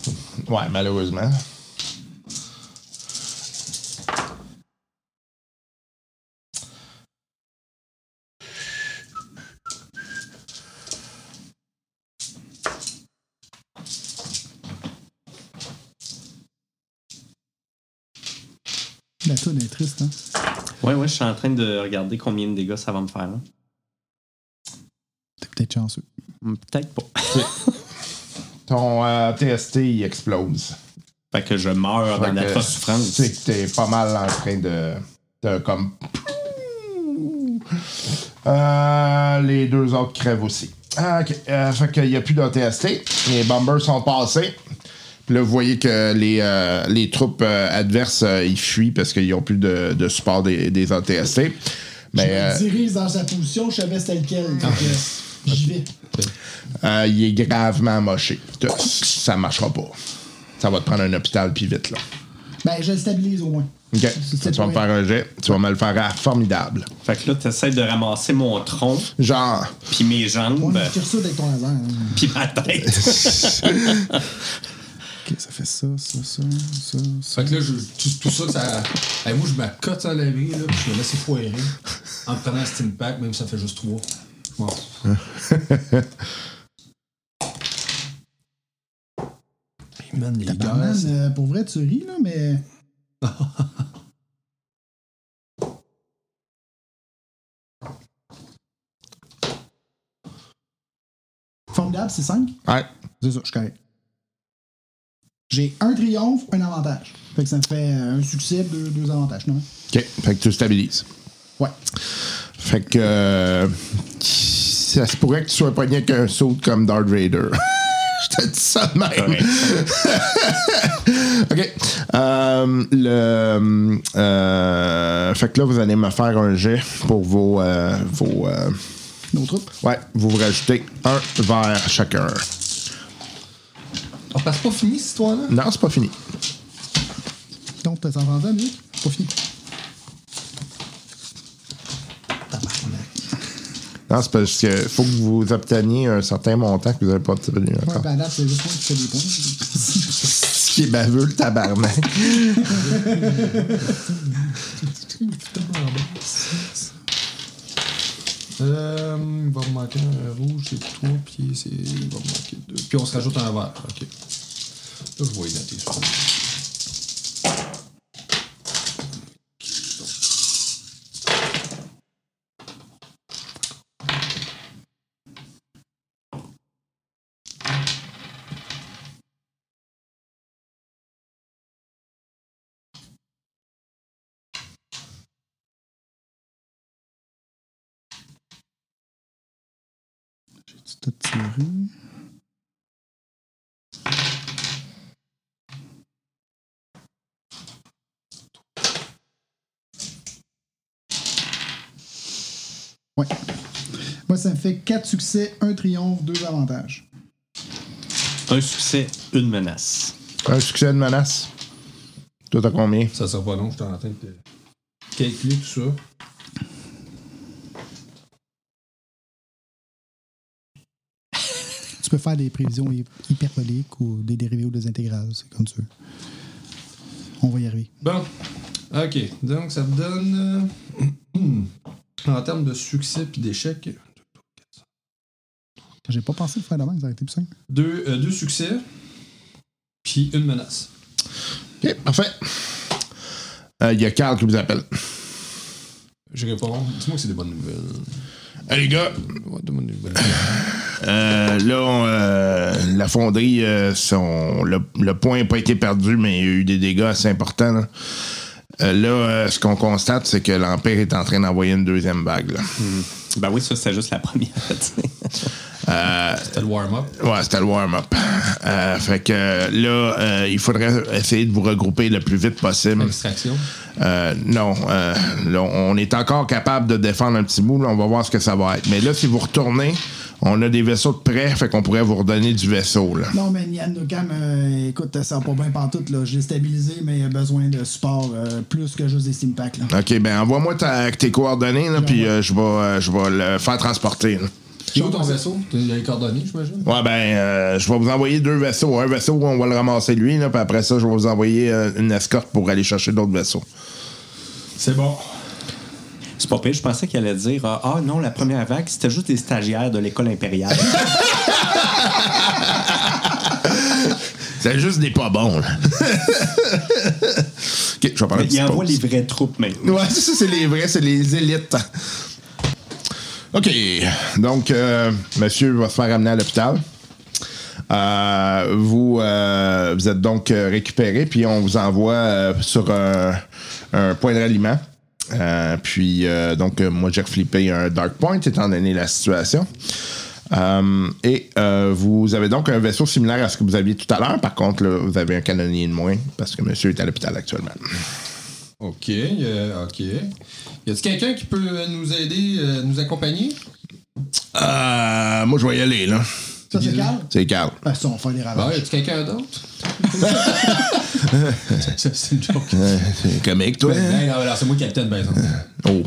B: Ouais, malheureusement.
D: La toune est triste, hein.
E: Ouais, ouais, je suis en train de regarder combien de dégâts ça va me faire. hein.
D: T'es peut-être chanceux.
E: Hum, Peut-être pas.
B: Ton euh, ATST, il explose.
E: Fait que je meurs
B: Fait
E: dans
B: que
E: l'atroce souffrance.
B: Tu sais que t'es pas mal en train de. de comme. Euh, les deux autres crèvent aussi. Ah, ok. Euh, fait qu'il n'y a plus d'ATST. Les bombers sont passés. Puis là, vous voyez que les, euh, les troupes euh, adverses, euh, ils fuient parce qu'ils n'ont plus de, de support des, des ATST. Mais euh, Ah.
D: Je me dirige dans sa position, je savais c'était lequel. donc, euh, J'y vais.
B: euh, il est gravement moché. Ça marchera pas. Ça va te prendre un hôpital, puis vite, là.
D: Ben, je le stabilise au moins.
B: OK.
D: C'est- c'est
B: Tu vas me
D: pas-
B: faire un jet. Tu vas me le faire à formidable.
E: Fait que là, t'essaies de ramasser mon tronc,
B: Genre.
E: puis mes jambes,
D: Ouais, tu tires ça avec ton laser. hein.
E: puis ma tête.
D: Ok, ça fait ça, ça, ça, ça, ça.
F: Fait que là, je, tout, tout ça, ça. Hey, moi, je m'accote à la vie, là, puis je me laisse foirer. En prenant un steam pack, même si ça fait juste trois. Bon. <laughs> Hey, man, les gars.
D: Tabarnan,
F: c'est-
D: euh, pour vrai, tu ris, là, mais. <laughs> Formidable, c'est 5.
B: Ouais.
D: C'est ça, je suis correct. J'ai un triomphe, un avantage. Fait que ça me fait euh, un succès, deux, deux avantages, non?
B: OK. Fait que tu stabilises.
D: Ouais.
B: Fait que. euh, Ça se pourrait que tu sois pogné qu'un saut comme Darth Vader. <laughs> Je te dis ça de même. <laughs> OK. Euh, le, euh, fait que là, vous allez me faire un jet pour vos. euh, vos euh,
D: Nos troupes.
B: ouais, vous vous rajoutez un vers chacun.
F: On passe Ah, pas fini, cette histoire-là?
B: Non, c'est pas fini.
D: Donc, t'as 120 minutes? Pas fini.
B: Ah.
D: Tabarnak.
B: Non, c'est parce que faut que vous obteniez un certain montant que vous n'avez pas obtenu
D: Ouais,
B: encore.
D: ben, à date, c'est juste moi qui fais des points.
B: Ce qui est baveux, le tabarnak.
F: Euh, il va me manquer un rouge, c'est trois, puis c'est... il va me manquer deux. Puis on se rajoute un vert. OK. Là, je vais y noter ça.
D: J'ai tout tiré. Ouais. Moi, ça me fait 4 succès, 1 triomphe, 2 avantages.
E: Un succès, une menace.
B: <laughs> Un succès de menace. Toi, t'as combien?
F: Ça sera pas long, je suis en train de calculer tout ça.
D: Tu peux faire des prévisions hy- hyperboliques ou des dérivés ou des intégrales, c'est comme ça. On va y arriver.
F: Bon. OK. Donc, ça me donne. euh, <clears throat> en termes de succès puis d'échec,
D: J'ai pas pensé le faire de même, ça aurait été plus simple.
F: deux, euh, deux succès, puis une menace.
B: Ok, parfait. Euh, Il y a Carl qui vous appelle.
F: Je réponds. Dis-moi que c'est des bonnes nouvelles.
B: Hey, les gars,
F: Ouais, des bonnes nouvelles.
B: Euh, là, on, euh, la fonderie, euh, son- le, le point n'a pas été perdu, mais il y a eu des dégâts assez importants. Là, Euh, là, euh, ce qu'on constate, c'est que l'Empire est en train d'envoyer une deuxième vague. là.
E: Ben oui, ça, c'est juste la <laughs> première. tu sais.
F: C'était le warm-up.
B: Ouais, c'était le warm-up. Euh, fait que là, euh, il faudrait essayer de vous regrouper le plus vite possible.
F: Extraction.
B: Euh, non, euh, là, on est encore capable de défendre un petit bout. là, on va voir ce que ça va être. Mais là, si vous retournez, on a des vaisseaux de près, fait qu'on pourrait vous redonner du vaisseau. Là.
D: Non, mais Yann Nogam, euh, écoute, ça va pas bien pantoute, là. Je l'ai stabilisé, mais il a besoin de support euh, plus que juste des steam packs, là.
B: OK, ben envoie-moi ta- tes coordonnées, là, puis euh, je vais euh, je vais le faire transporter. là.
F: C'est où ton vaisseau? Il y a les coordonnées, j'imagine?
B: Ouais, ben, euh, je vais vous envoyer deux vaisseaux. Un vaisseau, on va le ramasser lui, là, puis après ça, je vais vous envoyer euh, une escorte pour aller chercher d'autres vaisseaux.
F: C'est bon.
E: C'est pas pire. Je pensais qu'il allait dire euh, Ah non, la première vague, c'était juste des stagiaires de l'école <laughs> impériale.
B: C'est juste des pas bons, là. <laughs> OK, je vais parler
E: Il envoie les vraies troupes maintenant.
B: Ouais, ça, c'est les vrais, c'est les élites. OK. Donc, euh, monsieur va se faire amener à l'hôpital. Euh, vous, euh, vous êtes donc euh, récupéré, puis on vous envoie euh, sur un, un point de ralliement. Euh, puis, euh, donc, euh, moi, j'ai reflippé un Dark Point, étant donné la situation. Euh, et euh, vous avez donc un vaisseau similaire à ce que vous aviez tout à l'heure. Par contre, là, vous avez un canonnier de moins, parce que monsieur est à l'hôpital actuellement.
F: OK, euh, OK. Y a-t-il quelqu'un qui peut euh, nous aider, euh, nous accompagner?
B: Euh, moi, je vais y aller, là.
D: Ça, c'est Carl?
B: C'est Carl.
D: Ben, ça, on va faire des
F: Ah,
D: ravages.
F: y a-t-il quelqu'un d'autre?
B: <laughs>
F: Ça, c'est une joke.
B: C'est comique, toi.
F: Ben, non, non, c'est moi capitaine, par exemple.
B: Oh.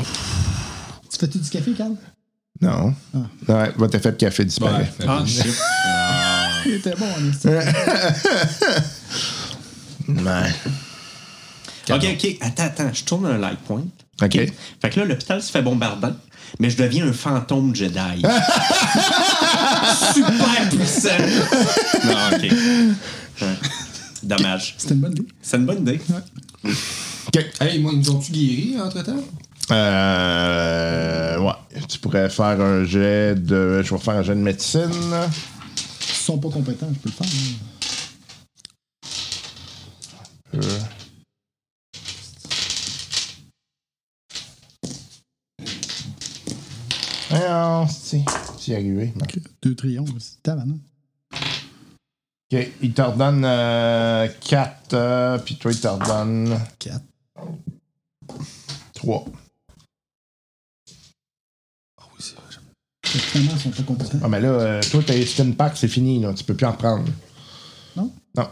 D: Tu fais-tu du café, Carl?
B: Non. Ah. Ouais, votre effet de café disparaît.
F: Ouais.
E: Ah, shit.
D: Il était bon, hein. en esti.
B: Ouais.
E: OK, OK. Attends, attends. Je tourne un light point.
B: OK.
E: Fait que là, l'hôpital se fait bombardant, mais je deviens un fantôme Jedi. <laughs> Super puissant. non, OK. Ouais. Dommage.
D: C'était une bonne idée.
E: C'est une bonne idée.
B: OK.
F: Hey, moi, ils nous ont-tu guéri entre-temps?
B: Euh, ouais. Tu pourrais faire un jet de. Je vais faire un jet de médecine. là.
D: Ils sont pas compétents, je peux le faire. hein.
B: Euh. Ah non, si. J'y ai arrivé. Non.
D: Deux triomphes, c'est tabarnak.
B: OK. Il t'ordonne 4, euh, puis toi, il t'ordonne
D: Quatre.
B: 3.
D: Fait que Finalement, ils sont pas compétents.
B: Ah, mais là, euh, toi, t'as skin pack, c'est fini, là. Tu peux plus en prendre.
D: Non?
B: Non.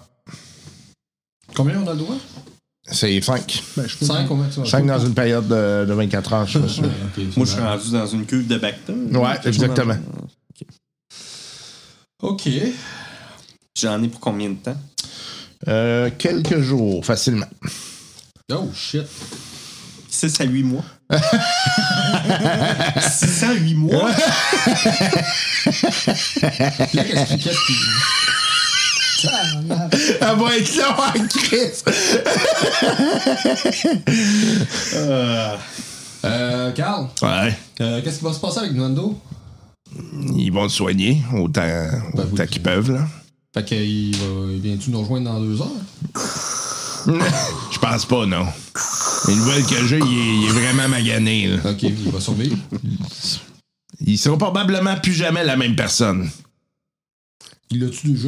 F: Combien on a le droit?
B: C'est 5.
D: Ben, je peux.
F: Cinq, combien tu as?
B: 5 dans une période de, de 24 heures, je suis sûr.
E: Moi, je suis rendu dans une cuve de Bacta.
B: Ouais,
E: Quelque chose
B: exactement.
E: dans-
F: OK.
E: J'en ai pour combien de temps?
B: Euh, quelques jours, facilement.
F: Oh, shit.
E: 6 à 8
F: <laughs>
E: mois. 6 à 8 mois?
F: Là, qu'est-ce qu'il qu'est-ce qu'il dit?
B: Ah, Elle va être là en
F: <laughs>
B: crise!
F: Euh, Carl,
B: Ouais.
F: euh, qu'est-ce qui va se passer avec Nando?
B: Ils vont le soigner autant,
F: Ben,
B: autant
F: oui.
B: qu'ils peuvent, là.
F: Fait qu'il va... il vient-tu nous rejoindre dans deux heures?
B: Je pense pas, non. Les nouvelles que j'ai, il est, il est vraiment magané, là.
F: OK, il va survivre.
B: Ils seront probablement plus jamais la même personne.
F: Il l'a-tu déjà?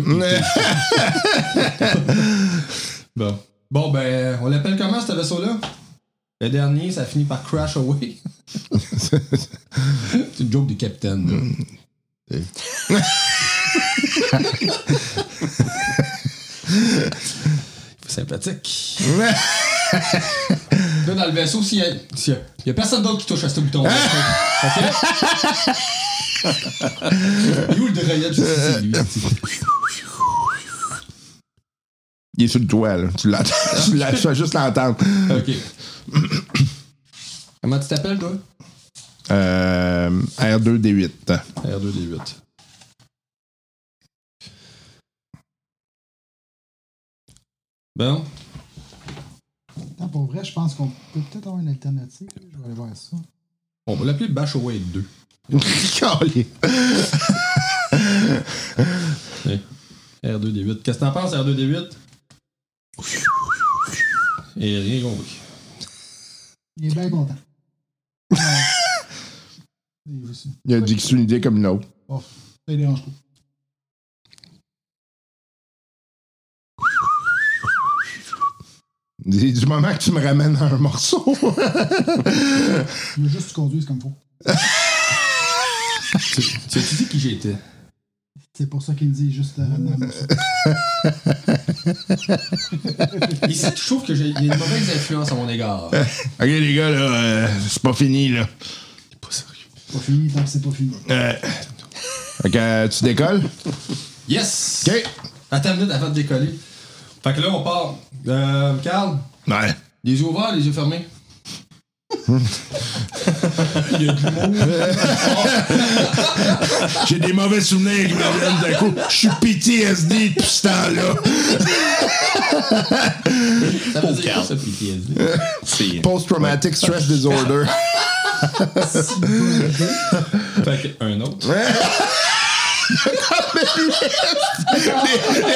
F: Bon. Bon, ben, on l'appelle comment, ce vaisseau-là? Le dernier, ça finit par Crash Away. C'est une joke du capitaine. là. Faut sympathique. Là, dans le vaisseau, s'il y a, s'il y a- il y a personne d'autre qui touche à ce bouton. OK? Il est où le déraillage? C'est lui.
B: Il est sur le toit, là. Tu l'entends. tu l'as- <laughs> tu vas juste l'entendre.
F: OK. Comment tu t'appelles, toi?
B: Euh, R2D8.
F: R2D8. Bon.
D: Non, pour vrai, je pense qu'on peut peut-être avoir une alternative. Je vais aller voir ça.
F: On va l'appeler Bash Away 2.
B: <laughs> Calé.
F: R2D8. Qu'est-ce que t'en penses, R2D8? Et rien compris.
D: Il est bien content. Ouais. Il veut ça.
B: Il a dit que c'est une idée comme une autre.
D: Bon, ça ne dérange pas.
B: Du du moment que tu me ramènes un morceau. <laughs>
D: Il veut juste que tu conduises comme il faut.
F: Tu as dit qui j'étais?
D: C'est pour ça qu'il dit juste euh, la ramener à moi.
F: Ici, je trouve qu'il y a une mauvaise influence à mon égard.
B: ok, les gars, là, euh, c'est pas fini, là.
F: Pas sérieux.
D: C'est pas fini tant que c'est pas fini.
B: Euh, fait que, euh, tu décolles?
F: Yes!
B: Ok.
F: Attends une minute avant de décoller. Fait que là, on part. Euh, Carl,
B: Ouais.
F: les yeux ouverts, les yeux <laughs> fermés.
B: J'ai des mauvais souvenirs qui me viennent d'un coup. Je suis PTSD depuis ce temps-là.
F: Ça veut dire quoi, ça, PTSD?
E: C'est
B: Post-traumatic stress disorder.
F: Fait qu'un autre.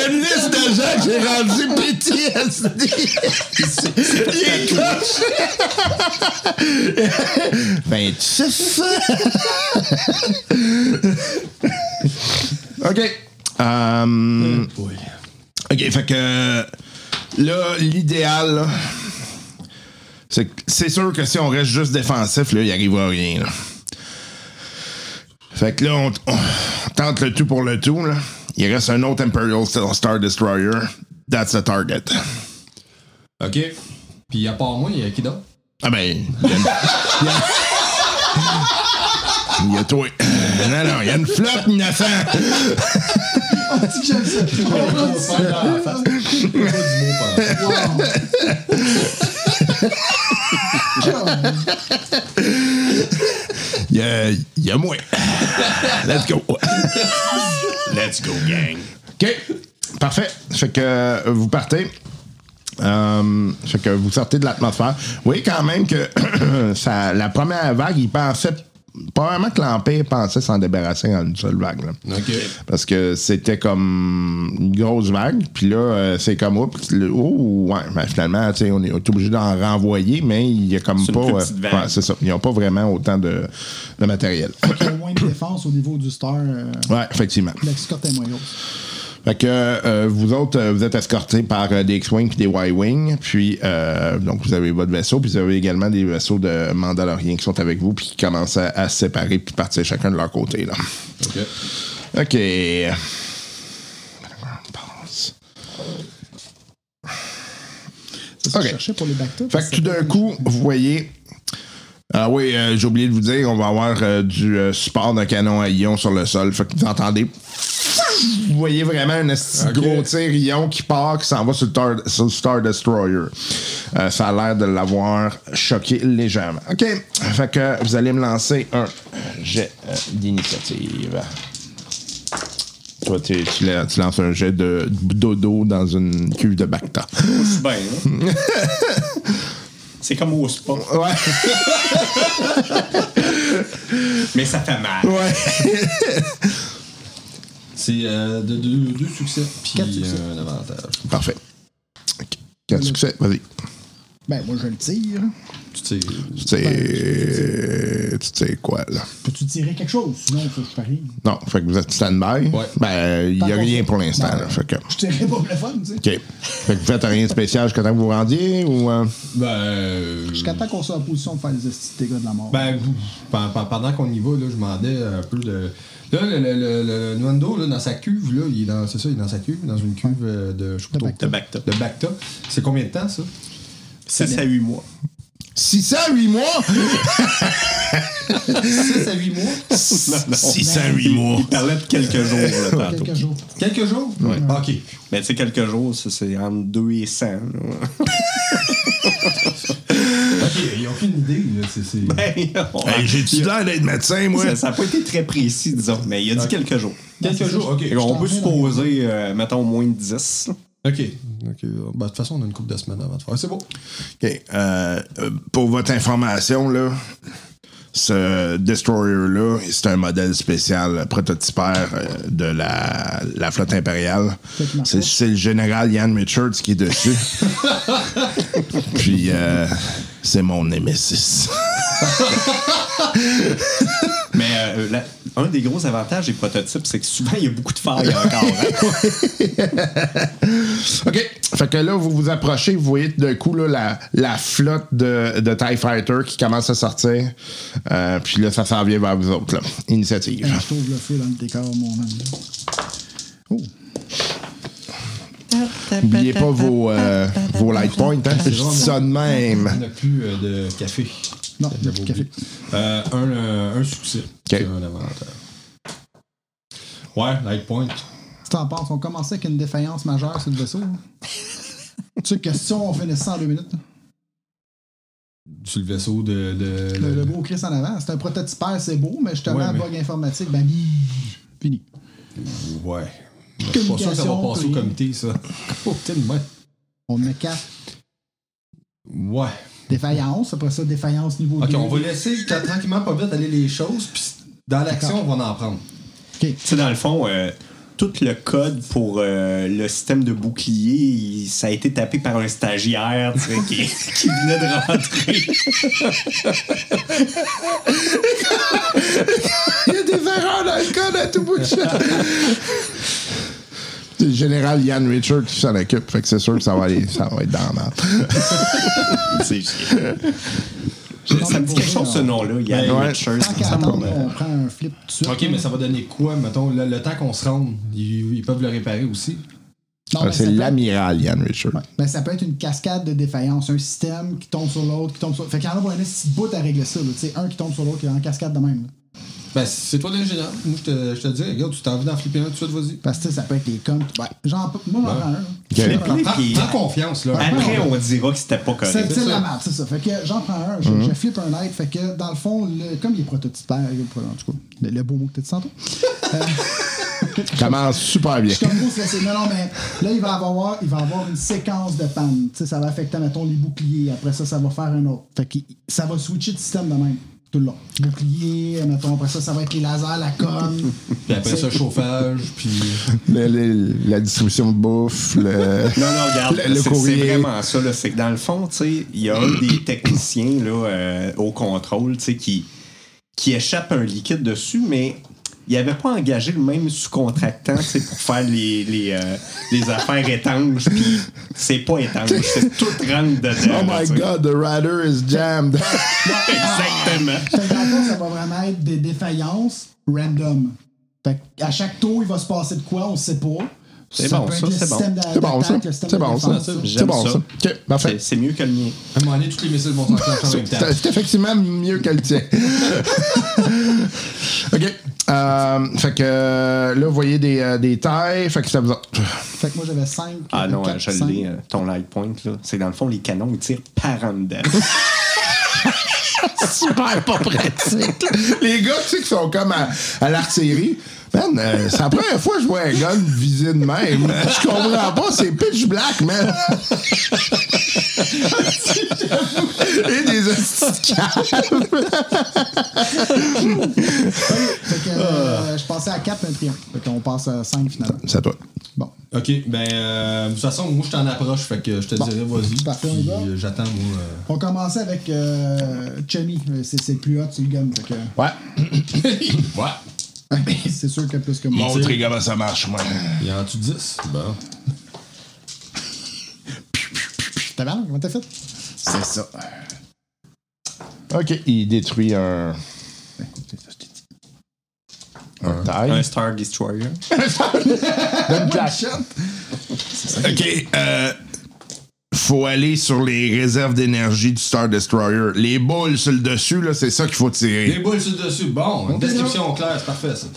B: Une liste de gens que j'ai rendu PTSD. Il est coché. Ben, 26. OK. Euh, OK, fait que là, l'idéal, là, c'est que- c'est sûr que si on reste juste défensif, là, il arrivera rien. là. Fait que là, on, on tente le tout pour le tout. Là. Il reste un autre Imperial Star Destroyer. That's the target.
F: OK. Puis à part moi, il y a qui d'autre?
B: Ah ben. Il y a, il y a- il y a toi. Non, non, il y a une flotte, une affaire.
D: Si j'aime ça, je
F: On va faire dans la face. Pas du mot, pas.
B: Il y a, il y a moi. <laughs> Let's go. Let's go, gang. OK. Parfait. Fait que vous partez. Euh, fait que vous sortez de l'atmosphère. Vous voyez quand même que <clears throat> ça, la première vague, ils pensaient. Probablement que l'Empire pensait s'en débarrasser en une seule vague. là.
F: OK.
B: Parce que c'était comme une grosse vague. Puis là, euh, c'est comme, oups, le- oh, ouais, ben finalement, tu sais, on est, on est obligé d'en renvoyer, mais il y a comme
E: C'est une
B: pas.
E: plus
B: euh,
E: petite vague.
B: ouais, c'est ça. Ils n'ont pas vraiment autant de, de matériel. <clears throat>
D: Il y a moins de défense au niveau du star. Euh,
B: ouais, effectivement.
D: L'escorte est moins grosse.
B: Fait que euh, vous autres, euh, vous êtes escortés par euh, des X-Wing puis des Y-Wing. Puis, euh, donc, vous avez votre vaisseau. Puis, vous avez également des vaisseaux de Mandaloriens qui sont avec vous. Puis, qui commencent à, à se séparer. Puis, partir chacun de leur côté. Là.
F: OK.
B: OK. On passe.
D: C'est ça
B: Ok.
D: que je cherchais pour les backtops.
B: Fait que tout d'un coup, vous voyez. Ah oui, euh, j'ai oublié de vous dire, on va avoir euh, du euh, support d'un canon à ion sur le sol. Fait que vous entendez. Vous voyez vraiment un esti de
F: Ok.
B: gros tir ion qui part, qui s'en va sur le, tar- sur le Star Destroyer. Euh, ça a l'air de l'avoir choqué légèrement. OK. Fait que vous allez me lancer un jet euh, d'initiative. Toi, tu, tu la- tu lances un jet de dodo dans une cuve de Bacta.
E: bien, hein? C'est comme au spa,
B: Ouais.
E: mais ça fait mal.
B: Ouais.
F: C'est euh, de- de- deux succès, puis
D: Quatre succès.
F: euh, un avantage.
B: Parfait. Ok. Quatre succès, vas-y.
F: euh,
D: Ben, moi, je le tire.
F: Tu sais.
B: C'est. tu sais quoi, là.
D: Peux-tu tirer quelque chose? Sinon, faut que je parie.
B: Non, fait que vous êtes stand-by.
F: Ouais.
B: Ben, il n'y a
D: Par
B: rien
D: contre-
B: pour l'instant,
D: Non.
B: là. Fait que.
D: Je tirerais pas pour le fun, tu sais.
B: OK. Fait que vous faites rien de spécial jusqu'à temps que vous vous rendiez ou. euh,
F: Ben. euh,
D: Jusqu'à temps qu'on soit en position de faire des hosties de dégâts de la mort.
F: Ben, vous- pen- pen- pendant qu'on y va, là, je demandais un peu de. Là, le, le, le, le Nwando, là, dans sa cuve, là, il est dans, c'est ça, il est dans sa cuve, dans une cuve euh, de. Je sais pas
D: De Bacta.
F: trop-
E: De Bacta.
F: De Bacta. C'est combien de temps, ça?
E: 6 à 8 mois.
B: 600, 8 mois?
F: 6 à 8 mois?
B: 608 mois.
E: Il parlait de quelques jours, là,
F: <laughs>
E: tantôt.
D: quelques jours.
F: Quelques jours? Oui. OK.
E: Mais tu sais, quelques jours, ça, c'est entre 2 et 100. là.
F: OK, ils n'ont aucune idée, là. C'est, c'est...
E: Hey, on-
B: Hey, J'ai-tu l'air d'être médecin, moi?
E: Ça n'a pas été très précis, disons, mais il a dit quelques jours.
F: Quelques jours, OK.
E: Fait qu'on peut supposer, euh, mettons, moins de 10. là.
F: OK. OK. Ben, de toute façon, on a une couple de semaines avant de faire. Ah, C'est beau.
B: OK. euh, euh, pour votre information, là, ce Destroyer-là, c'est un modèle spécial euh, prototypaire euh, de la, la flotte impériale.
D: Faites-moi
B: C'est
D: ça.
B: c'est le général Ian Richards qui est dessus. Puis, euh, c'est mon Nemesis.
E: Mais euh, la- un des gros avantages des prototypes, c'est que souvent, il y a beaucoup de failles encore. hein.
B: OK. Fait que là, vous vous approchez, vous voyez d'un coup là, la, la flotte de, de TIE Fighter E qui commence à sortir. Euh, puis là, ça s'en vient vers vous autres. là. Initiative.
D: Hey, je trouve le feu dans le décor, mon homme. Oh,
B: N'oubliez pas vos, euh, vos light points. Hein? Je dis ça de
F: On
B: même.
F: n'a plus euh, de café.
D: non,
F: J'avais
D: du
F: oublié.
D: café.
F: Euh, un, euh, un succès. C'est un avantage. Ouais, light point.
D: Tu t'en penses, on commençait avec une défaillance majeure sur le vaisseau. hein? tu sais, question, on finissait ça en deux minutes. là.
F: Sur le vaisseau de. de-
D: Le,
F: le-
D: le beau Chris en avant, c'est un prototypeur, c'est beau, mais justement,
F: Ouais,
D: un
F: mais-
D: bug informatique, ben, fini.
F: Ouais. Je suis pas sûr que ça va passer au comité, <laughs> ça. Côté de moi.
D: On met quatre
F: Ouais.
D: défaillances, après ça, défaillance niveau
F: Ok,
D: deux.
F: on va laisser tra- tranquillement, pas vite, aller les choses, puis dans l'action, on va en prendre.
E: tu sais, dans le fond, euh, tout le code pour euh, le système de bouclier, il- ça a été tapé par un stagiaire tu sais, qui, qui <laughs> venait de rentrer.
B: Il y a des erreurs d'alcool à tout bout de champ. <laughs> C'est le général Ian Richard qui s'en occupe. Fait que c'est sûr que ça va, aller, ça va être dans la merde.
E: <laughs> C'est chiant. Ça me dit quelque chose, ce nom-là. Il y a
B: Ouais.
E: Richards.
D: Tant qu'à
E: ça me
D: attendre,
E: semble.
D: on prend un flip tout de suite.
F: Ok, mais ça va donner quoi, mettons, le, le temps qu'on se rende, ils, ils peuvent le réparer aussi.
D: Non, ben,
B: Ah, C'est
D: ça peut-
B: l'amiral Ian Richard.
D: Ouais. Ben, ça peut être une cascade de défaillance, un système qui tombe sur l'autre, qui tombe sur. Fait qu'il y en a pour un petit bout à régler ça, là. Tu sais, un qui tombe sur l'autre, qui est en cascade de même. là.
F: Ben, c'est toi l'ingénieur. Moi, je te, je te dis, regarde, tu t'as envie d'en flipper un tout de suite, vas-y.
D: Parce que tu sais, ça peut être des cons. Ouais. J'en peux- Moi, j'en prends un. là.
B: Ok.
D: J'en prends un.
E: Et
F: Prends,
E: puis-
F: prends confiance, là.
E: Après, on dira que c'était pas
D: C'est
E: correct.
D: c'est de
F: ça. Mhm.
D: la merde, c'est ça. Fait que j'en prends un, je, je flippe un light. Fait que dans le fond, le- comme il est prototypeur, il est pro- en tout cas, le, le beau mot que t'as dit tantôt.
B: Commence super bien.
D: Je suis comme gros stressé. Non, non, mais là, il va avoir, il va avoir une séquence de panne. Tu sais, ça va affecter, mettons, les boucliers. Après ça, ça va faire un autre. Fait que ça va switcher de système de même, tout le long. Bouclier, mettons, après ça, ça va être les lasers, la com.
F: <laughs> Puis après ça, chauffage, puis.
B: Le- le- la distribution de bouffe, le,
E: Non, non, regarde,
B: le, le
E: c'est- c'est
B: courrier.
E: vraiment ça. là. C'est que dans le fond, tu sais, il y a un des techniciens là, euh, au contrôle tu sais, qui, qui échappe un liquide dessus, mais il n'avait pas engagé le même sous-contractant tu sais, pour faire les, les, euh, les affaires étanches, puis c'est pas étanche, c'est tout rentre dedans.
B: Oh my
E: là, tu sais.
B: god, the rider is jammed.
E: Exactement.
D: Fait que dans le fond, ça va vraiment être des défaillances random. Fait que à chaque tour, il va se passer de quoi, on sait pas.
E: C'est
D: Ça
E: bon,
D: peut être
E: ça,
D: le
E: c'est bon.
D: système d'a-
B: C'est bon ça.
D: d'attaque, le système
B: C'est
D: de
B: bon ça.
D: défense,
B: C'est
E: J'aime
B: bon ça.
E: ça.
B: OK,
E: C'est-
B: parfait.
E: C'est mieux que le mien.
F: À un moment donné, tous les missiles vont se rencontrer en même temps.
B: C'est c'est effectivement mieux qu'elle tient. OK. Euh, fait que euh, là, vous voyez des, euh, des tailles. Fait que ça vous. <laughs> en-
D: Fait que moi, j'avais 5.
E: Ah non, euh, je l'ai, euh, ton light point, là. C'est que dans le fond, les canons, ils tirent par en
D: <laughs>
E: dedans.
B: Super pas pratique. Les gars, tu sais, qui sont comme à, à l'artillerie. Man, euh, c'est la première fois que je vois un gun visé de même. Je comprends pas, c'est pitch black, man. Et des hosties de caves.
E: Ah.
D: Fait que euh, je passais à 4 un triangle. Fait qu'on passe à 5 finalement.
B: C'est à toi.
D: Bon.
F: <laughs> Ok, ben, euh, de toute façon, moi, je t'en approche, fait que je te dirais, vas-y.
D: Parfait, on y
F: puis,
D: va.
F: euh, J'attends, moi. euh,
D: On commençait avec euh, Chummy. Euh, C'est c'est le plus hot, c'est le gun. Fait que,
B: Ouais.
F: Ouais.
D: c'est sûr que <laughs> plus que moi.
B: Montre comment ça marche, moi.
F: Il y en a-tu 10? Bon.
D: T'as mal? Comment t'as fait?
B: C'est ça. Ok, il détruit un. Un
E: Un
B: taille.
E: Star Destroyer.
B: Une plaque. <laughs> Ok, euh. Faut aller sur les réserves d'énergie du Star Destroyer. Les boules sur le dessus, là, c'est ça qu'il faut tirer.
F: Les boules sur le dessus. Bon, une description claire, c'est parfait, <laughs> ça.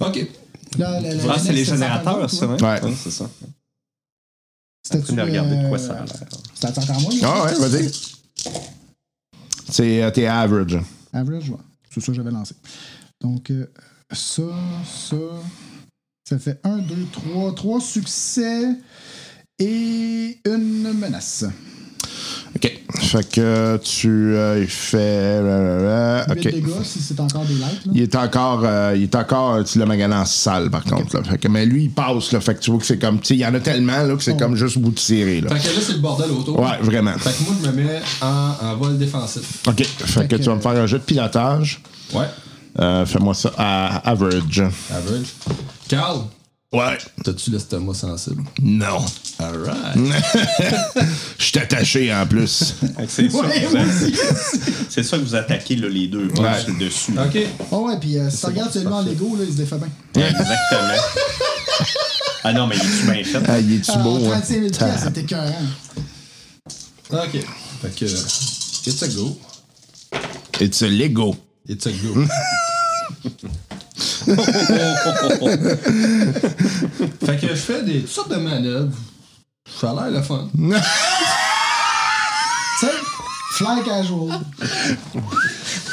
F: ok.
D: Là, le- le-
E: Ah, c'est les
D: ça s'entend
E: générateurs,
D: donc,
E: ça, hein?
D: ouais.
B: Ouais.
E: c'est ça.
D: C'était-tu,
E: Train de regarder de quoi
D: euh,
E: ça a l'air.
D: C'était encore moi?
B: Ah ouais, vas-y. C'est euh, t'es average.
D: Average, ouais. C'est ça que j'avais lancé. Donc, euh, ça, ça. Ça fait un, deux, trois. Trois succès et une menace.
B: OK. Fait que tu euh, il fait là, là, là.
D: Huit
B: OK.
D: dégâts si c'est encore des lights. Là.
B: Il est encore euh, il est encore tu l'as magané en salle par contre là. Fait que, mais lui il passe là, fait que tu vois que c'est comme tu sais, il y en a tellement là que c'est comme juste bout de tirer là.
F: Fait que là, c'est le bordel autour.
B: Ouais, vraiment.
F: Fait que moi, je me mets en, en vol défensif.
B: OK. Fait que
D: que-
B: tu vas me faire un jeu de pilotage.
F: Ouais.
B: Euh, fais-moi ça à average.
F: Average. Carl,
B: Ouais.
F: t'as-tu l'estomac sensible?
B: Non.
F: Alright. <laughs>
B: Je suis attaché en plus. <laughs>
E: Euh, C'est ça, que vous atta- c'est ça que vous attaquez là, les deux. hein,
B: Ouais.
E: sur le dessus.
F: Ok.
D: Ah ouais, puis euh, si tu regardes celui-là en Lego, là, il se défait bien.
E: Exactement. ah non, mais il est bien fait.
B: ah, il est tu
D: Ah,
B: beau. hein?
D: 35 000 piastres, c'était écœurant.
F: Ok. Fait que. It's a go.
B: It's a Lego.
F: It's a go. <laughs> fait que je fais des toutes sortes de manœuvres. Ça a l'air le fun.
D: Tu sais, fly casual.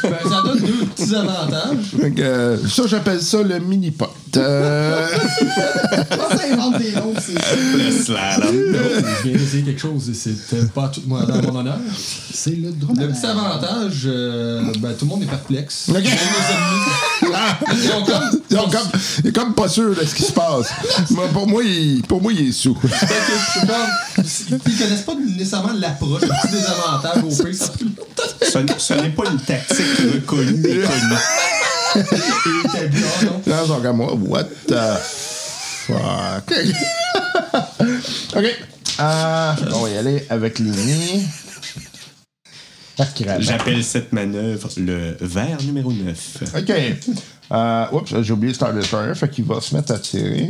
F: Ben, ça donne deux petits avantages.
B: Fait que, euh, ça j'appelle ça le Euh, mini pot.
D: Là, ça invente des noms, c'est
E: Le slalom.
F: Oh, Je viens d'essayer quelque chose et c'était pas tout moi dans mon honneur.
D: C'est le drôle.
F: Le petit avantage, euh, ben, tout le monde est perplexe.
B: <laughs> Ok.
F: Même nos amis. Ils ont comme.
B: Ils sont Ah! comme, il est comme pas sûr de ce qui se passe. Moi, pour, moi, il, pour moi, il est sous.
F: Fait que, je suis comme- Ils connaissent pas nécessairement l'approche, le petit désavantage au pire. Ça peut
E: Ce n- Ce n'est pas une tactique reconnue et connue.
F: être bizarre, non?
B: Là, genre, comme moi, what the fuck? <laughs> OK. Euh, on va y aller avec Lini.
E: J'appelle cette manœuvre le verre numéro 9.
B: OK. Euh, oups, j'ai oublié Star Destroyer, fait qu'il va se mettre à tirer.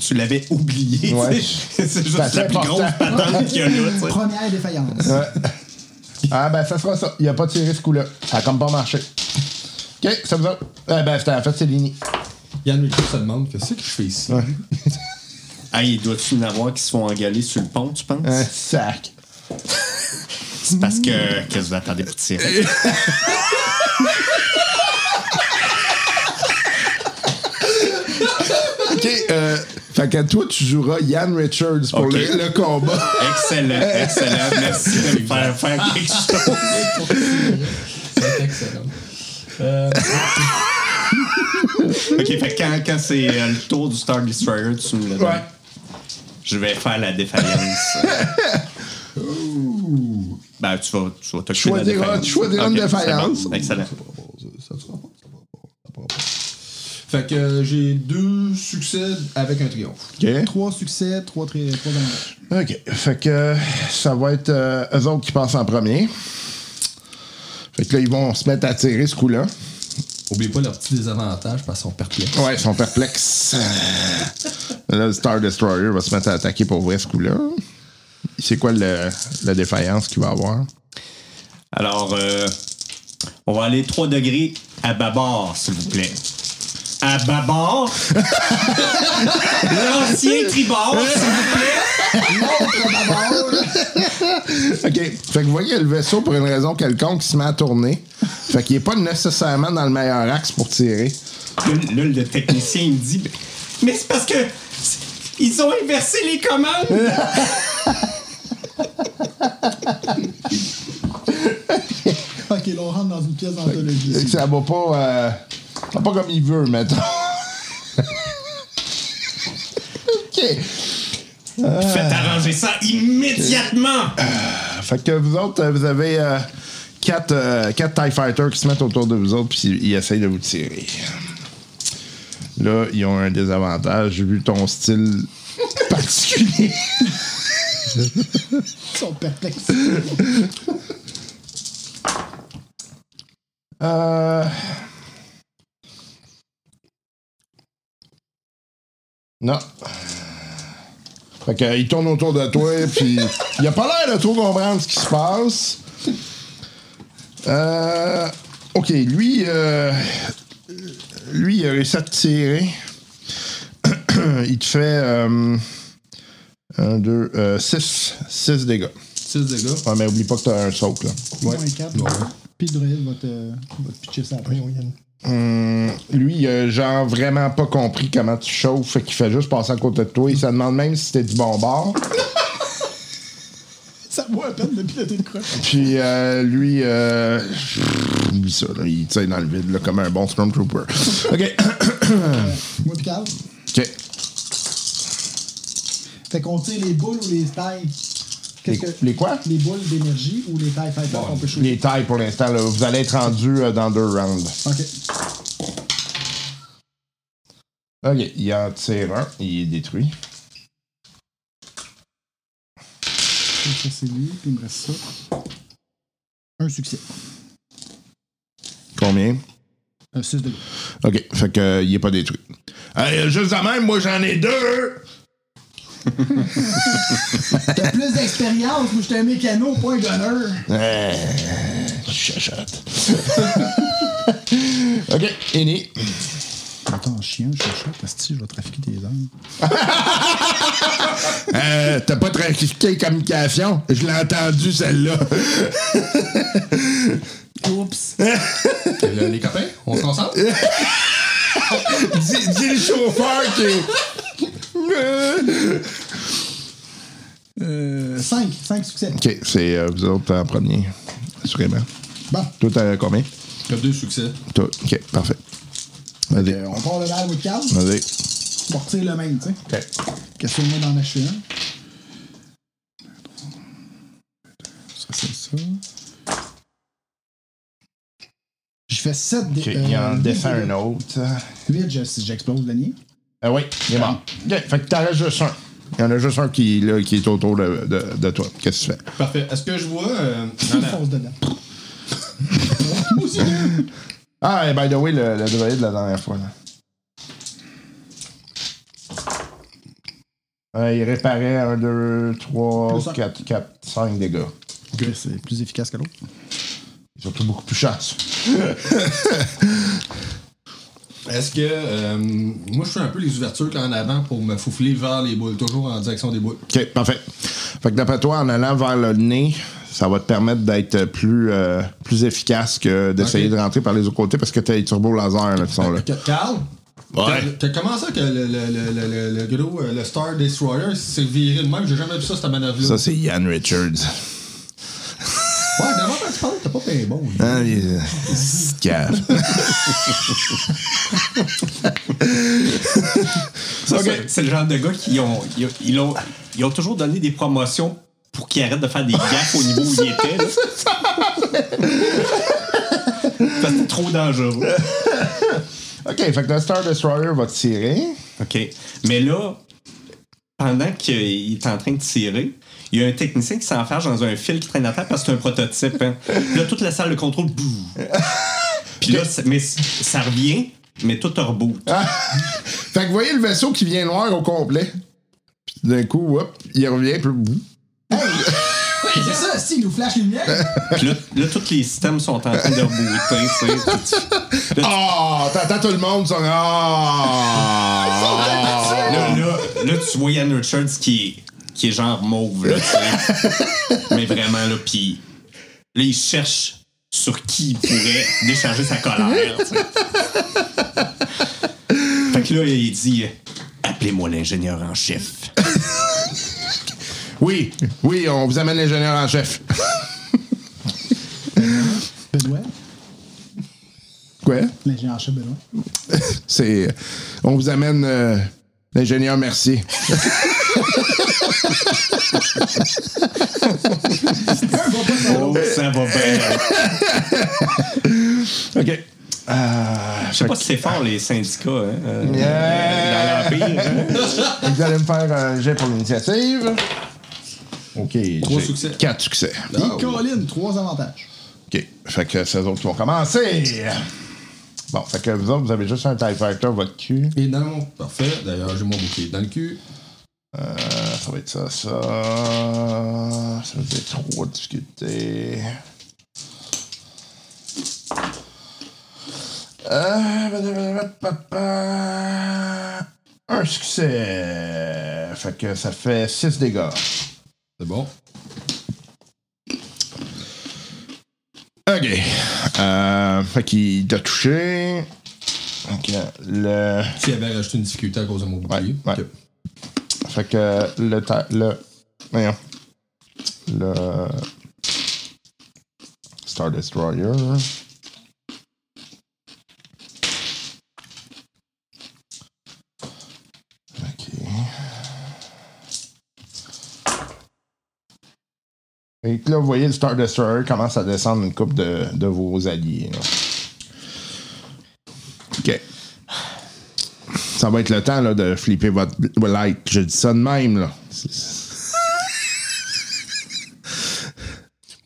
E: Tu l'avais oublié.
B: Ouais.
E: tu sais. <laughs> C'est juste
B: Ça, c'est
E: la plus
B: important.
E: grosse patente qu'il y a là. tu sais.
D: Première défaillance.
B: Ah, ben, ça sera ça. Il a pas tiré ce coup-là. Ça a comme pas marché. OK, ça vous a... Eh ben, en fait, c'est Lini.
F: Yann Rico se demande qu'est-ce que je fais ici.
E: Ah, il doit-tu y en avoir qui se font engaler sur le pont, tu penses?
B: Un sac.
E: C'est parce que. Qu'est-ce que vous attendez pour tirer?
B: OK, euh, fait que toi, tu joueras Yann Richards pour
E: OK.
B: le- le combat.
E: Excellent, excellent. Merci de me faire faire quelque chose.
F: C'est excellent. Euh,
E: Ok, fait que quand, quand c'est euh, le tour du Star Destroyer, tu me le donnes.
B: Ouais.
E: Je vais faire la défaillance. ben, tu vas, tu vas t'occuper
B: Choisiras-
E: de la défaillance.
B: tu choisiras une
E: Ok, c'est
B: défaillance.
E: bon, Excellent.
F: fait que euh, j'ai deux succès avec un triomphe.
B: OK.
D: Trois succès, trois, tri- trois dommages.
B: OK. Fait que ça va être euh, eux autres qui passent en premier. Fait que là, ils vont se mettre à tirer ce coup-là.
F: Oublie pas leur petit désavantage parce qu'ils sont perplexes.
B: Ouais, ils sont perplexes. Euh, Là, le Star Destroyer va se mettre à attaquer pour vrai ce coup-là. C'est quoi le, la défaillance qu'il va avoir?
E: Alors, euh, on va aller 3 degrés à bâbord, s'il vous plaît. À bâbord. L'ancien tribord, s'il vous plaît.
B: OK. Fait que vous voyez, le vaisseau, pour une raison quelconque, il se met à tourner. Fait qu'il est pas nécessairement dans le meilleur axe pour tirer.
E: Là, là, le technicien, il me dit ben, Mais c'est parce que. c'est- Ils ont inversé les commandes.
D: Ok, là, on rentre dans une pièce d'anthologie.
B: Ça va pas... euh, Ah, Pas comme il veut, mettons. <laughs> OK.
E: Faites arranger ça immédiatement!
B: Fait que vous autres, euh, vous avez euh, quatre, euh, quatre TIE Fighters qui se mettent autour de vous autres puis ils essayent de vous tirer. Là, ils ont un désavantage vu ton style particulier.
D: Ils sont perplexes.
B: Euh... Non. Fait que, euh, il tourne autour de toi, <laughs> puis il a pas l'air de trop comprendre ce qui se passe. Euh, ok, lui, euh, lui, il a réussi à te tirer. <clears throat> il te fait euh, 1, 2, 6. 6 euh, dégâts.
F: 6 dégâts.
B: Ouais, mais oublie pas que t'as un saut, là.
D: Moins 4. Puis le droïde va te, va te pitcher ça après.
B: Hum, lui, il a genre vraiment pas compris comment tu chauffes, fait qu'il fait juste passer à côté de toi. Il se demande même si t'es du bon bord.
D: Ça vaut à peine de piloter le croche.
B: Puis euh, lui, euh, oublie ça, là, il tire dans le vide là, comme un bon Stormtrooper. <laughs> OK.
D: Moi, pis Carl.
B: OK.
D: Fait qu'on tire les boules ou les tailles. Qu'est-ce
B: Les-
D: que-
B: les quoi?
D: Les boules d'énergie ou les tailles fighters qu'on peut shooter.
B: Les tailles pour l'instant, là, vous allez être rendu dans deux rounds.
D: Ok.
B: OK. Il en tire un, il est détruit.
D: Ça, c'est lui, puis il me reste ça. Un succès.
B: Combien?
D: Un 6 de
B: OK. Fait que, euh, il est pas détruit. Hey, euh, juste de même, moi j'en ai deux!
D: T'as plus d'expérience, moi, j'étais un mécano, pas un gunner.
B: Euh, chuchote. <laughs> OK. Ini.
D: Attends, chien, je suis parce que je vais trafiquer des armes.
B: Euh, T'as pas trafiqué communication? Je l'ai entendu, celle-là.
D: Oups.
F: Le- Euh, les copains, on se
B: <laughs>
F: concentre?
B: dis, dis le chauffeur qui est...
D: Euh, 5, 5 succès.
B: <laughs> OK, c'est euh, vous autres en premier, assurément.
D: Bon,
B: Toi, t'as combien?
F: Il y a deux succès.
B: Toi, OK, parfait. Vas-y,
D: euh, on part le bal de Carl,
B: vas-y.
D: on va retirer le même, tu sais.
B: OK.
D: Qu'est-ce qu'on a d'en acheter E un? Ça, c'est ça. Je fais euh, 7
B: OK, il en descend un autre.
D: 8, j'explose le nid.
B: Ah oui, il est mort. OK, fait que t'en restes juste un. Il y en a juste un qui, là, qui est autour de, de- de toi. Qu'est-ce que tu fais?
F: Parfait. Est-ce que je vois. euh, dans
D: Il
F: la-
D: fonce dedans.
B: Ah, et by the way, le, le droïde de la dernière fois. Là. Euh, il réparait 1, 2, 3,
D: Plus un.
B: 4, 4, 5 dégâts.
D: C'est plus efficace que l'autre.
B: Surtout beaucoup plus cher. ça.
F: Est-ce que. euh, moi, je fais un peu les ouvertures en avant pour me foufler vers les boules, toujours en direction des boules.
B: OK, parfait. Fait que d'après toi, en allant vers le nez, ça va te permettre d'être plus, euh, plus efficace que d'essayer
F: Ok.
B: de rentrer par les autres côtés parce que t'as les turbo lasers là, qui sont
D: <laughs>
B: là.
F: Que- Carl?
B: Ouais.
F: T'as t'as comment ça que le, le, le, le, le- le gros, euh, le Star Destroyer s'est viré de même? J'ai jamais vu ça, cette manœuvre-là.
B: Ça, c'est Ian Richards.
F: Ouais, d'abord, quand tu parles, t'as pas payé bon.
B: Hein, <laughs> il- c'est
D: <laughs>
B: cave.
E: Ça,
B: Ok.
E: c'est- C'est le genre de gars qui ont, ils ont, ils ont, ils ont toujours donné des promotions pour qu'ils arrêtent de faire des gaffes au niveau où ils étaient. là. Parce que c'est trop dangereux.
B: OK, fait que le Star Destroyer va tirer.
E: OK. Mais là, pendant qu'il est en train de tirer, il y a un technicien qui s'enferme dans un fil qui traîne à terre parce que c'est un prototype. hein. Puis là, toute la salle de contrôle, boum. Puis là, ça- mais ça revient, mais tout reboot.
B: Fait que vous voyez le vaisseau qui vient noir au complet. Puis d'un coup, hop, il revient, puis
D: C'est ça, si, il nous flash
B: <laughs>
D: une lumière.
E: Puis là, là, tous les systèmes sont en train de rebooter. tu sais.
B: Ah! T'entends tout le monde, ça. <laughs> Ah!
E: Là, là, là, tu vois Yann Richards qui est, qui est genre mauve, là, tu sais.
B: <laughs>
E: Mais vraiment, là, pis... Là, il cherche sur qui il pourrait décharger sa colère, tu sais. Fait que là, il dit... Appelez-moi l'ingénieur en chef.
B: Oui, oui, on vous amène l'ingénieur en chef.
D: Benoît,
B: Quoi?
D: L'ingénieur chef Benoît.
B: C'est. On vous amène euh, l'ingénieur Mercier.
E: Oh, ça va
B: euh,
E: bien.
B: OK.
E: Je sais pas si c'est fort, les syndicats, hein, euh,
B: Yeah.
E: dans l'Empire.
B: <laughs>
E: hein.
B: Vous allez me faire un jet pour l'initiative. OK.
F: Trois
B: j'ai
F: succès.
B: Quatre succès.
D: Et Colin, trois avantages.
B: OK. Fait que c'est eux autres qui vont commencer. Bon, fait que vous autres, vous avez juste un TIE Fighter, votre cul.
F: Et dans mon. Parfait. D'ailleurs, j'ai mon bouclier dans le cul.
B: Euh, ça va être ça, ça. Ça va être trois difficultés. Euh, blablabla, papa. Un succès. Fait que ça fait 6 dégâts.
F: C'est bon.
B: OK. Euh, fait qu'il t'a touché. OK. Le...
F: Tu avais rajouté une difficulté à cause de mon bouclier.
B: Ouais, ouais.
F: Ok.
B: Fait que le. ta- le voyons. Le. Star Destroyer. Ok. Et que là, vous voyez, le Star Destroyer commence à descendre une coupe de, de vos alliés. là. Ok. Ça va être le temps là, de flipper votre bl- light. Je dis ça de même. Là.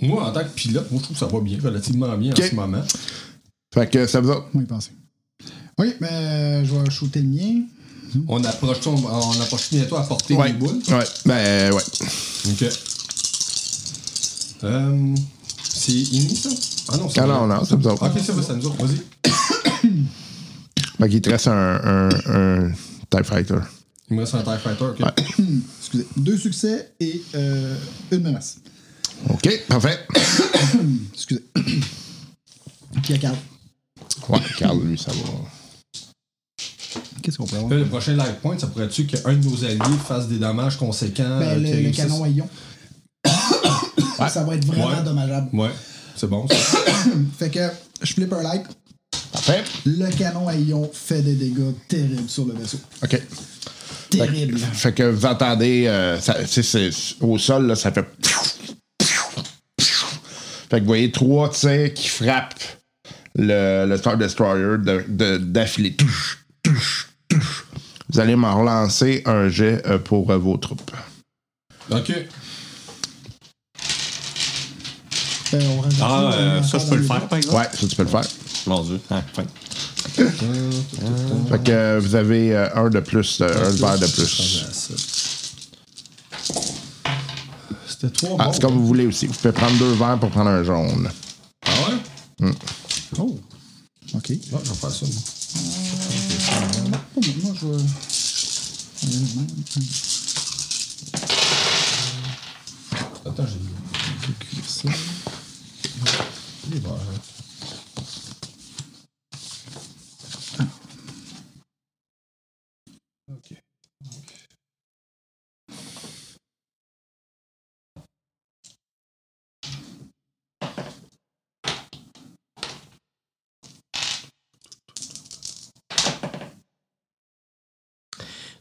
F: Moi, en tant que pilote, moi, je trouve que ça va bien, relativement bien
B: Ok.
F: en ce moment.
B: Fait que ça vous a...
D: Moi, y penser. Oui, mais euh, je vais shooter le mien.
F: On approche, on, on approche bientôt à portée
B: Ouais.
F: des boules.
B: Ouais. Ben, ouais.
F: Ok. Euh, c'est Inni, ça? Ah non, c'est
B: Ah non, non, c'est vous autres.
F: Ok, ça va, ça nous autres. Vas-y.
B: Fait qu'il te reste un, un, un TIE Fighter.
F: Il me reste un TIE Fighter. ok.
D: Excusez. Deux succès et euh, une menace.
B: OK, parfait.
D: Excusez. <coughs> Qui a Carl.
B: Ouais, Carl, lui, ça va.
D: Qu'est-ce qu'on peut avoir?
F: Là, Euh, le prochain live point, ça pourrait-tu qu'un de nos alliés fasse des dommages conséquents? euh,
D: Ben,
F: qui
D: le, le
F: réussissent?
D: canon à <coughs> ion. ça va être vraiment
F: Ouais.
D: dommageable.
F: Ouais, c'est bon. ça.
D: Fait que je flippe un like.
B: Parfait.
D: Le canon à ion fait des dégâts terribles sur le vaisseau.
B: OK.
D: Terrible.
B: Fait que vous entendez, euh, ça- tu sais, c'est- au sol, là, ça fait. Fait que vous voyez trois tirs qui frappent le, le Star Destroyer de- de- d'affilée. Touche, touche, touche. Vous allez m'en relancer un jet euh, pour euh, vos troupes.
F: ok.
D: Euh, on rajoute
E: Ah,
D: ça,
E: euh,
D: on
E: ça, je peux le faire, par exemple?
B: Ouais, ça tu peux le faire.
E: Mon Dieu. Ah, fin.
B: Fait que euh, vous avez euh, un de plus, euh, un verre de
F: Ah,
B: plus.
F: C'était trois
B: Ah,
F: bons.
B: c'est comme vous voulez aussi. Vous pouvez prendre deux verres pour prendre un jaune.
F: Ah ouais?
B: Hmm.
D: Oh. OK.
F: Non, je vais faire ça. moi.
D: Oh, mais moi, je vais-
F: Attends, j'ai j'ai écrit ça. Les verres. Ok.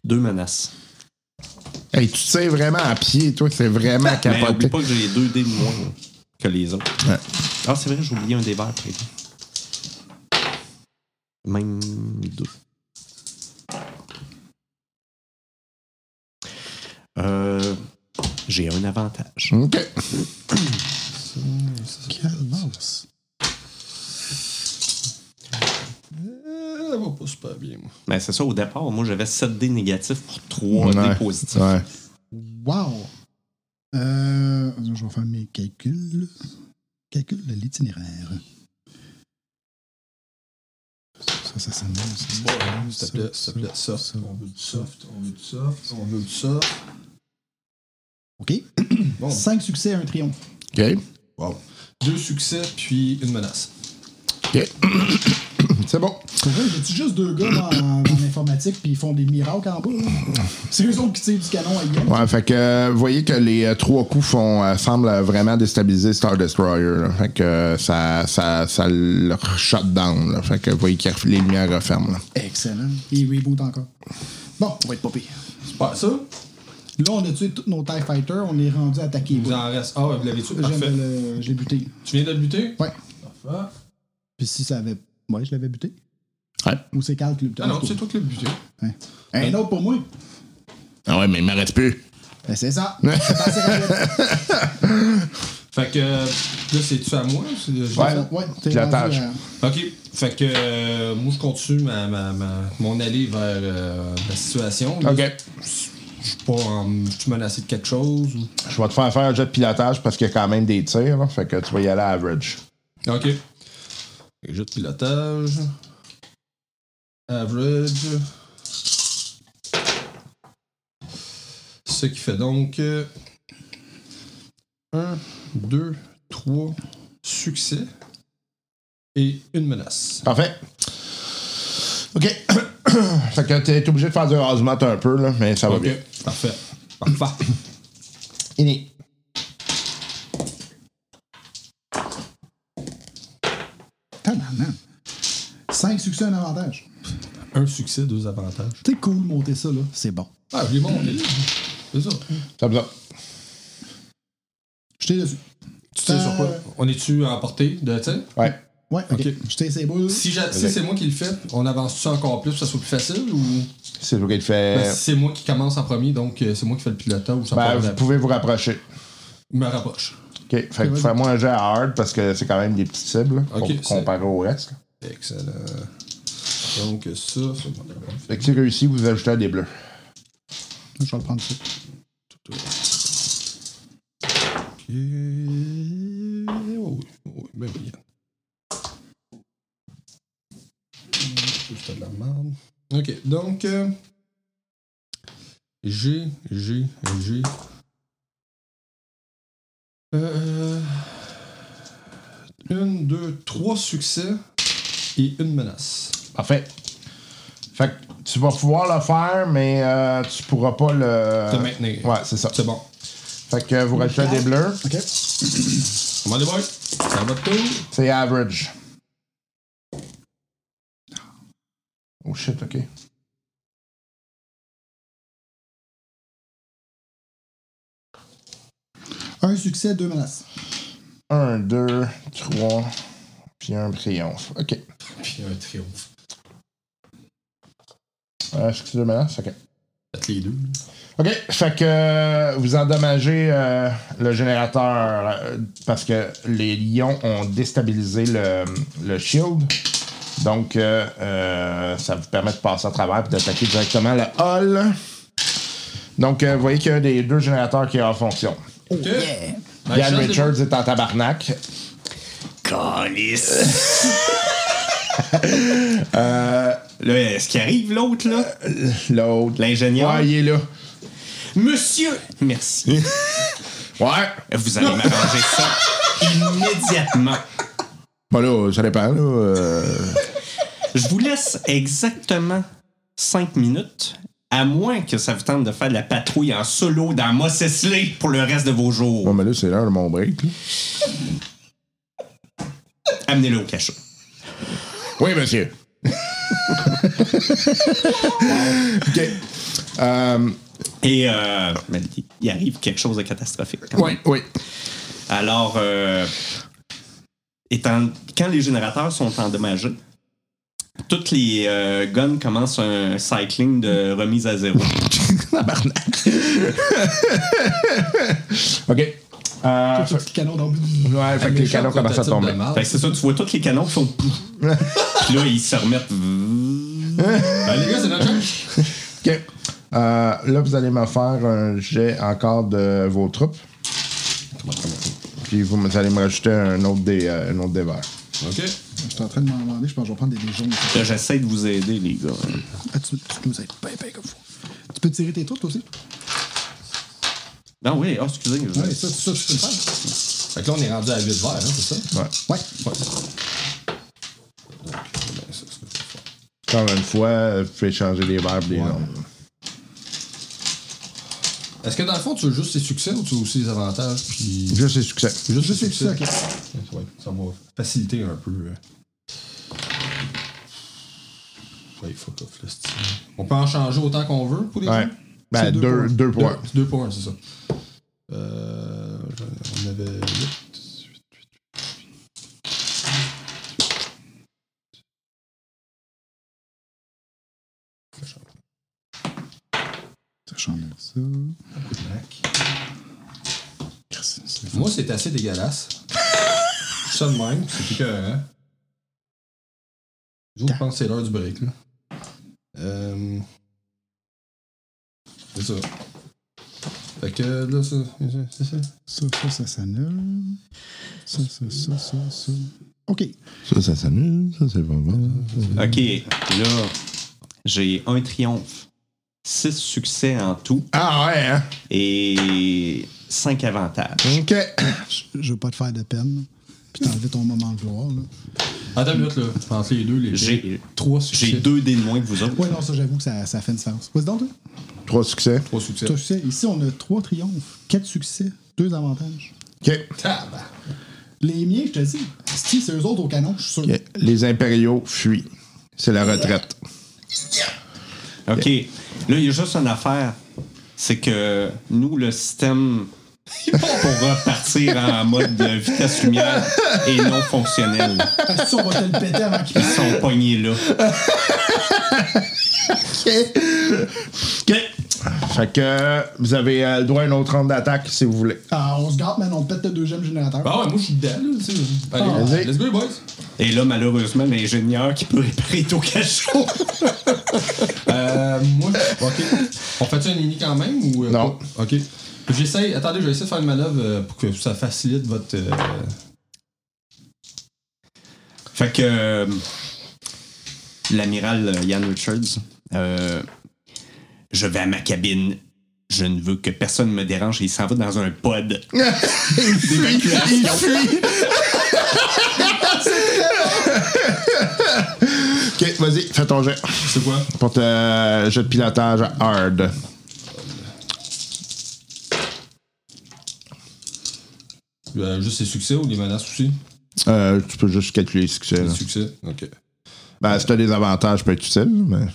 E: Deux menaces.
B: Hey, tu sais vraiment à pied, toi, c'est vraiment
E: Mais Ben, oublie
B: capoté.
E: pas que j'ai deux dés de moins là, que les autres.
B: Ouais.
E: Ah, c'est vrai, j'ai oublié un des verres, par exemple. Même deux. Euh, j'ai un avantage.
B: OK.
F: Euh, Ça va pas super bien, moi.
E: Mais Ben, c'est ça, au départ, moi j'avais 7 dés négatifs pour 3
B: Ouais,
E: dés positifs.
B: ouais.
D: Wow! Euh, je vais faire mes calculs. Calcul de l'itinéraire. Ça, ça, ça, ça,
F: S'il te plaît, s'il te plaît, soft. On veut du soft, on veut du soft, on veut du soft.
D: OK.
F: Bon.
D: 5 succès, un triomphe.
B: OK.
F: Wow. Deux succès, puis une menace.
B: OK. <coughs> C'est bon.
D: Pour vrai, j'ai-tu juste deux gars en, en informatique puis ils font des miracles en bas? là? C'est eux autres qui tirent du canon à Yann.
B: Ouais, fait que euh, vous voyez que les euh, trois coups font, euh, semblent vraiment déstabiliser Star Destroyer. là. Fait que euh, ça, ça, ça le shut down. là. Fait que vous voyez que les lumières referment. là.
D: Excellent. Ils reboot encore. Bon, on va être pas pire.
F: C'est pas ça?
D: Là, on a tué tous nos TIE Fighters, on est rendu à attaquer.
F: Il vous en reste. Ah ouais, vous l'avez tué.
D: Je viens
F: Parfait.
D: de le- je l'ai buté.
F: Tu viens de le buter?
D: Ouais.
F: Parfait.
D: Puis si ça avait. Ouais, je l'avais buté.
B: Ouais.
D: Ou c'est Carl qui l'a buté.
F: Ah non, c'est toi qui l'as buté.
D: Ouais. Un autre pour moi.
B: Ah ouais, mais il ne reste plus.
D: Ben, c'est ça. C'est passé
F: <laughs>
D: rapide.
F: Fait que euh, là, c'est-tu à moi? ou c'est- je-
B: Ouais.
D: ouais, t'es
B: Je l'attache.
D: rendu à-
F: OK. Fait que euh, moi, je continue ma, ma- ma- mon allée vers euh, la situation. Là,
B: OK.
F: Je suis pas en- Je suis menacé de quelque chose. ou-
B: Je vais te faire faire un jet de pilotage parce qu'il y a quand même des tirs. là. Fait que tu vas y aller à average.
F: OK. Fait que jeu de pilotage. Average. Ce qui fait donc euh, 1, 2, 3 succès et une menace.
B: Parfait. OK. <coughs> fait que tu es obligé de faire du hazmat un peu, là, mais ça va bien.
F: Parfait. Parfait.
B: Ini.
D: Tabarnak. Cinq succès, un avantage.
F: Un succès, deux avantages.
D: C'est cool de monter ça, là. C'est bon.
F: Ah, je l'ai monté. C'est ça.
B: Ça va.
D: J'étais dessus.
F: Tu sais sur quoi?
D: Euh.
F: On est-tu en portée de tu sais?
B: Ouais.
D: Ouais, ok.
F: Ok.
D: J'étais c'est beau.
F: Si, j'a- si c'est moi qui le fais, on avance-tu encore plus, ça soit plus facile ou.
B: C'est toi qui le
F: Ben,
B: fais.
F: c'est moi qui commence en premier, donc euh, c'est moi qui fais le pilotage ou ça
B: Ben,
F: part
B: vous
F: de-
B: pouvez vous rapprocher.
F: me rapproche.
B: OK. Fait que fais-moi un jet à hard parce que c'est quand même des petites cibles là, com-
F: OK, c'est-
B: comparé au reste. là.
F: Excellent. Donc ça, ça va
B: Fait que si réussi, vous ajoutez à des bleus.
D: Je vais le prendre ça.
F: Ok. Oh oui, oh oui, ben oui. Hum, C'était de la merde. Ok, donc. euh, J'ai, j'ai, j'ai. Euh, une, deux, trois succès et une menace.
B: Parfait. Fait que tu vas pouvoir le faire, mais euh, tu pourras pas le.
F: Te maintenir.
B: Ah. Ouais, c'est ça.
F: C'est bon.
B: Fait que vous rajoutez à des bleus.
D: Ok.
F: Comment les boys? Ça va tout?
B: C'est average. Oh shit, ok.
D: Un succès, deux menaces.
B: 1, 2, 3, puis un triomphe. Ok.
F: Puis un triomphe.
B: Euh, Excusez-moi, menace, ok.
F: Faites les deux.
B: OK, fait que euh, vous endommagez euh, le générateur euh, parce que les lions ont déstabilisé le, le shield. Donc, euh, euh, ça vous permet de passer à travers et d'attaquer directement le hall. Donc, euh, vous voyez qu'il y a un des deux générateurs qui est en fonction.
F: Ok. Oh, Yeah.
B: Ian Richards est en tabarnak.
E: <laughs> Euh, Là, est-ce qu'il arrive l'autre, là?
B: L'autre.
E: L'ingénieur.
B: Ouais, il est là.
E: Monsieur! Merci.
B: Ouais.
E: Vous allez m'arranger ça
B: <laughs>
E: immédiatement.
B: Bon, là, ça dépend. Là, euh,
E: Je vous laisse exactement 5 minutes, à moins que ça vous tente de faire de la patrouille en solo dans Mos Eisley pour le reste de vos jours.
B: bon, mais là, c'est l'heure de mon break. là.
E: Amenez-le au cachot.
B: Oui, <laughs> monsieur. OK. Euh,
E: Et euh, ben, il arrive quelque chose de catastrophique. quand même.
B: oui, oui.
E: Alors, euh, étant, quand les générateurs sont endommagés, toutes les euh, guns commencent un cycling de remise à zéro.
B: OK. Euh,
D: Un petit canon dans le bout.
B: ouais, fait que les canons commencent à tomber.
E: Fait que c'est ça, tu vois tous les canons qui font pouf. Puis là, ils se remettent.
F: les gars, c'est notre chance.
B: OK. Euh, là, vous allez me faire un jet encore de vos troupes. Puis vous, vous allez me rajouter un autre des, euh, un autre des verts.
F: Ok.
D: Je suis en train de m'en demander, je pense que je vais prendre des, des jaunes.
E: Là, j'essaie de vous aider, les gars.
D: Ah, tu, tu nous aides bien, bien comme faut. Tu peux tirer tes troupes, toi aussi?
E: Non, oui, oh, excusez. je-
D: Ouais, ça, ça, tu peux le faire.
F: Fait que là, on est rendu à 8 verres, hein, c'est ça?
B: Ouais.
D: Ouais.
F: Ouais. Donc, ben, ça, c'est
B: Encore une fois, vous pouvez changer les verbes des noms.
F: Est-ce que dans le fond, tu veux juste ses succès ou tu veux aussi les avantages? Puis...
B: Juste les succès.
F: Juste
D: Juste les succès, ok.
F: Ouais, ça va faciliter un peu. euh. Ouais, fuck off, le style. On peut en changer autant qu'on veut pour les
B: Ouais.
F: gens?
B: Ben,
F: C'est
B: deux,
F: pour un.
B: deux points.
F: Deux, deux pour un, c'est ça. Euh, on avait huit.
D: Ça change ça.
F: Moi, c'est assez dégueulasse. ça de même, c'est écœurant. Je pense que c'est l'heure du break, là. Euh... C'est ça. Fait que là, ça. C'est ça.
D: Ça, ça, ça s'annule. Ça, ça, ça, ça, ça. OK.
B: Ça, ça s'annule. Ça, c'est pas bon.
E: OK, là, j'ai un triomphe, six succès en tout
B: Ah ouais, hein?
E: et cinq avantages.
B: OK.
D: Je je veux pas te faire de peine. Puis t'enlever ton moment de gloire, là.
F: Attends une minute, là. Entre les deux, les
E: J'ai
F: trois succès.
E: J'ai deux dés de moins que vous autres.
D: Ouais, non, ça, j'avoue que ça, ça fait une différence. Vas-y donc, toi.
B: Trois succès.
F: Trois succès.
D: Trois succès. Ici, on a trois triomphes, quatre succès, deux avantages.
B: OK.
F: Tabarnak.
D: Les miens, je te dis. Si, c'est eux autres au canon, je suis sûr.
B: OK. Les impériaux fuient. C'est la retraite.
E: OK. Là, il y a juste une affaire. C'est que nous, le système <laughs> pour repartir en mode de vitesse lumière et non fonctionnel.
D: Ah, si, on va te le péter avant qu'ils
E: Ils sont pognés là.
B: OK. Fait que vous avez euh, le droit à une autre ronde d'attaque si vous <laughs> voulez.
D: Ah, on se gâte, man, on pète le deuxième générateur.
F: Ah ouais, moi, je suis dedans, là. tu sais. Allez,
B: Vas-y.
F: let's go, les boys.
E: Et là, malheureusement, l'ingénieur qui peut réparer tout cachot.
F: Euh, moi, ok. On fait-tu un ennemi quand même ou. euh,
B: Non.
F: pas? Ok. J'essaye, attendez, je vais essayer de faire une manœuvre euh, pour que ça facilite votre. euh,
E: Fait que euh, l'amiral euh, Ian Richards, euh, je vais à ma cabine. Je ne veux que personne me dérange. Il s'en va dans un pod.
B: Il <laughs> fuit! OK, vas-y, fais ton jet.
F: C'est quoi
B: Pour ton jet de pilotage hard.
F: Euh, Juste les succès ou les menaces aussi
B: Euh, tu peux juste calculer les succès. là.
F: Les succès. Ok.
B: Ben, si t'as des avantages, ça peut être utile, mais...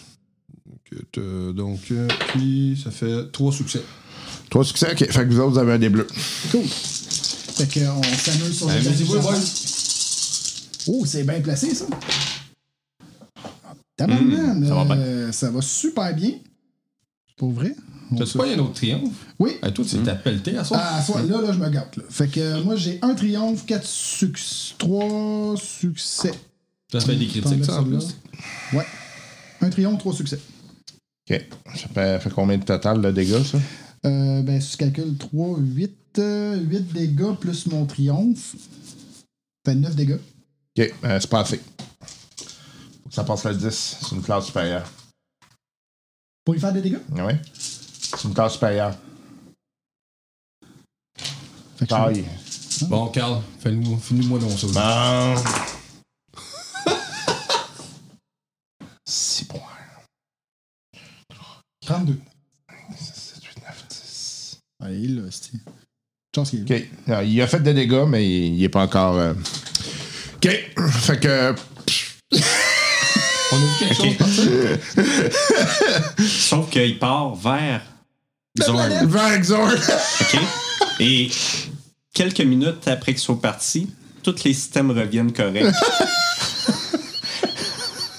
F: Ok, t'as- donc, euh, puis ça fait trois succès.
B: Trois succès, OK. Fait que vous autres, vous avez un des bleus.
D: Cool. Fait qu'on s'annule sur le
F: Allez-y, boys.
D: Oh, c'est bien placé, ça. Tabarnak,
E: Mmh, ça va
D: euh, ça va super bien. Pour vrai. On
F: T'as-tu
D: se-
F: pas un autre triomphe
D: Oui.
E: Euh,
F: Hey, Ah, Toi, tu t'es pelleté à soi.
D: Ah, soit, là, là, je me gâte. Là. Fait que euh, moi, j'ai un triomphe, quatre succès, trois succès.
F: Ça fait des critiques,
D: T'enlèves
F: ça, en
D: celle-là.
F: plus.
D: Ouais. Un triomphe, trois succès.
B: OK. Ça fait, fait combien de total de dégâts, ça?
D: Euh, ben, si je calcule 3, 8, 8 dégâts plus mon triomphe, fait 9 dégâts.
B: OK, euh, c'est pas assez. Faut que ça passe le 10. C'est une classe supérieure.
D: Pour y faire des dégâts?
B: Ah Ouais. C'est une classe supérieure.
D: Fait que je-
B: Taille.
F: Bon, Carl, fais-nous- finis-moi donc ça.
B: <laughs> Bon. 6 points.
D: 32.
B: 7, 8, 9, 10.
D: Allez, Ah, là, c'est. Chance qu'il est là.
B: OK. Alors, il a fait des dégâts, mais il n'est pas encore. euh, OK. Fait que.
F: On a vu quelque chose par ça?
E: Sauf qu'il part vers Zorn.
B: Par exemple.
E: OK? Et quelques minutes après qu'ils soient partis, tous les systèmes reviennent corrects.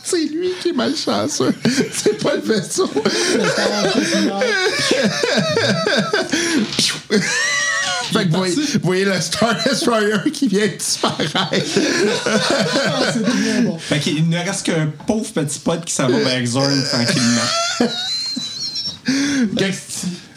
B: C'est lui qui est malchanceux. C'est pas le vaisseau. fait que vous voyez, vous voyez le Star Destroyer qui vient de disparaître.
D: Ah, c'est bien bon.
E: Fait qu'il ne reste qu'un pauvre petit pod qui s'en va vers Zorn tranquillement.
B: OK.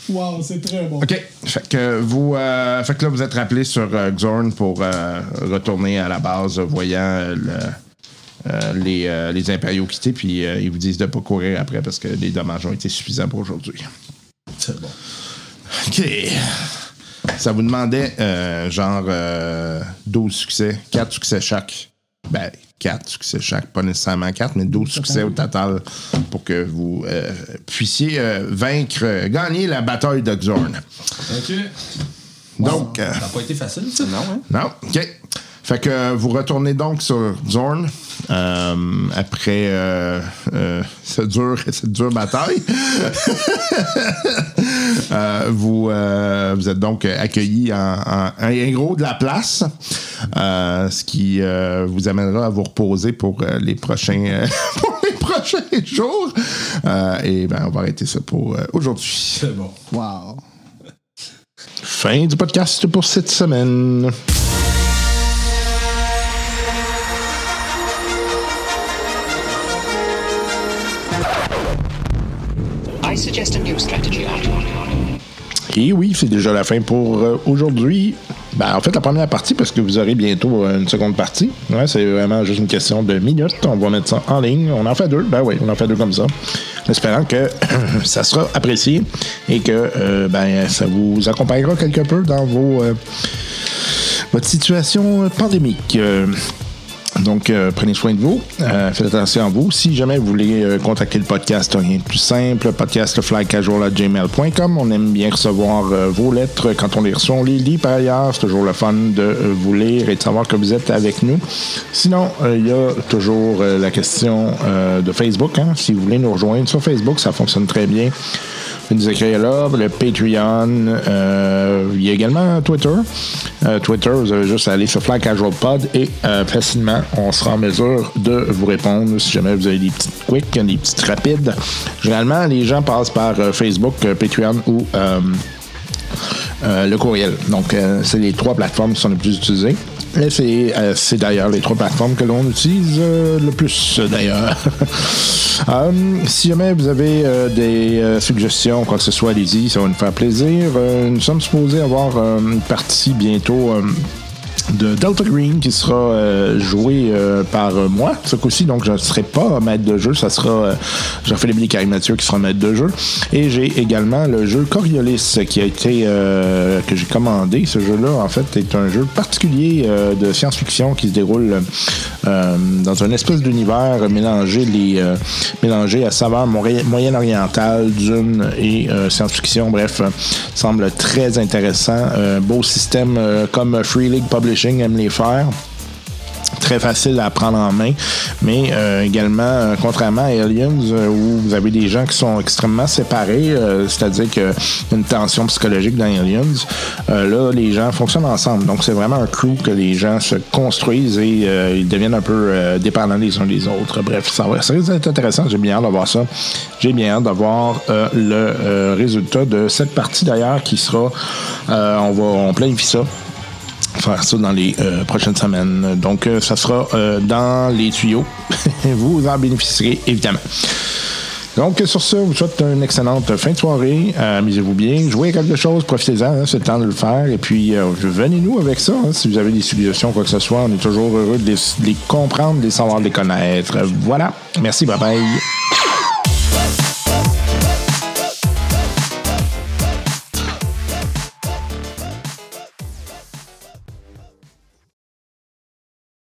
D: Wow, c'est très bon.
B: OK. Fait que vous. euh, fait que là, vous êtes rappelé sur euh, Xorn pour euh, retourner à la base euh, voyant euh, le- euh, les, euh, les impériaux quitter, puis euh, ils vous disent de pas courir après parce que les dommages ont été suffisants pour aujourd'hui.
F: C'est bon.
B: OK. Ça vous demandait, euh, genre, euh, 12 succès, 4 succès chaque. Ben, 4 succès chaque, pas nécessairement 4, mais 12 succès au total pour que vous euh, puissiez euh, vaincre, euh, gagner la bataille de Xorn.
F: Ok.
B: Donc, euh,
F: Ça n'a pas été facile, ça.
E: Non, hein?
B: non, OK. Fait que euh, vous retournez donc sur Zorn euh, après euh, euh, cette, dure, <laughs> cette dure bataille. <laughs> Euh, vous, euh, vous êtes donc accueillis en, en, en gros de la place, euh, ce qui euh, vous amènera à vous reposer pour euh, les prochains euh, <laughs> pour les prochains jours. Euh, et ben, on va arrêter ça pour euh, aujourd'hui.
F: C'est bon.
D: Wow.
B: Fin du podcast pour cette semaine.
G: I suggest a new strategy, Otto.
B: Et oui, c'est déjà la fin pour euh, aujourd'hui. Ben, en fait, la première partie, parce que vous aurez bientôt euh, une seconde partie. Ouais, c'est vraiment juste une question de minutes. On va mettre ça en ligne. On en fait deux. Ben oui, on en fait deux comme ça. En Espérant que <clears throat> ça sera apprécié et que euh, ben, ça vous accompagnera quelque peu dans vos, euh, votre situation euh, pandémique. Euh, donc, euh, prenez soin de vous. Euh, faites attention à vous. Si jamais vous voulez euh, contacter le podcast, rien de plus simple, podcastflycasual.gmail.com. On aime bien recevoir euh, vos lettres. Quand on les reçoit, on les lit par ailleurs. C'est toujours le fun de euh, vous lire et de savoir que vous êtes avec nous. Sinon, euh, il y a toujours euh, la question euh, de Facebook. hein. Si vous voulez nous rejoindre sur Facebook, ça fonctionne très bien. Vous nous écrire là, le Patreon. euh, il y a également Twitter. Euh, Twitter, vous avez juste à aller sur Fly Casual Pod et euh, facilement, on sera en mesure de vous répondre si jamais vous avez des petites quick, des petites rapides. Généralement, les gens passent par euh, Facebook, euh, Patreon ou euh, euh, le courriel. Donc, euh, c'est les trois plateformes qui sont les plus utilisées. Et c'est, euh, c'est d'ailleurs les trois plateformes que l'on utilise euh, le plus, euh, d'ailleurs. <laughs> Hum, si jamais vous avez euh, des euh, suggestions, quoi que ce soit, allez-y, ça va nous faire plaisir. Euh, nous sommes supposés avoir euh, une partie bientôt. euh, de Delta Green qui sera euh, joué euh, par euh, moi ce coup-ci. Donc, je ne serai pas maître de jeu. Ça sera euh, Jean-Philippe Lécarie Mathieu qui sera maître de jeu. Et j'ai également le jeu Coriolis qui a été euh, que j'ai commandé. Ce jeu-là, en fait, est un jeu particulier euh, de science-fiction qui se déroule euh, dans une espèce d'univers mélangé les euh, mélangé à saveur moré- moyen-orientale, dune et euh, science-fiction. Bref, euh, semble très intéressant. Un beau système euh, comme Free League Publishing aime les faire très facile à prendre en main, mais euh, également, euh, contrairement à Aliens, euh, où vous avez des gens qui sont extrêmement séparés, euh, c'est-à-dire qu'il y a une tension psychologique dans Aliens, euh, là, les gens fonctionnent ensemble. Donc, c'est vraiment un crew que les gens se construisent et euh, ils deviennent un peu euh, dépendants les uns des autres. Bref, ça va ça risque d'être intéressant. J'ai bien hâte de voir ça. J'ai bien hâte d'avoir euh, le euh, résultat de cette partie d'ailleurs qui sera, euh, on va, on planifie ça faire ça dans les euh, prochaines semaines. Donc, euh, ça sera euh, dans les tuyaux. <laughs> vous en bénéficierez, évidemment. Donc, sur ce, je vous souhaite une excellente fin de soirée. Euh, Amusez-vous bien. Jouez à quelque chose, profitez-en, hein, c'est le temps de le faire. Et puis, euh, venez-nous avec ça. hein, si vous avez des suggestions, quoi que ce soit, on est toujours heureux de les, de les comprendre, de les savoir, de les connaître. Voilà. Merci, bye bye.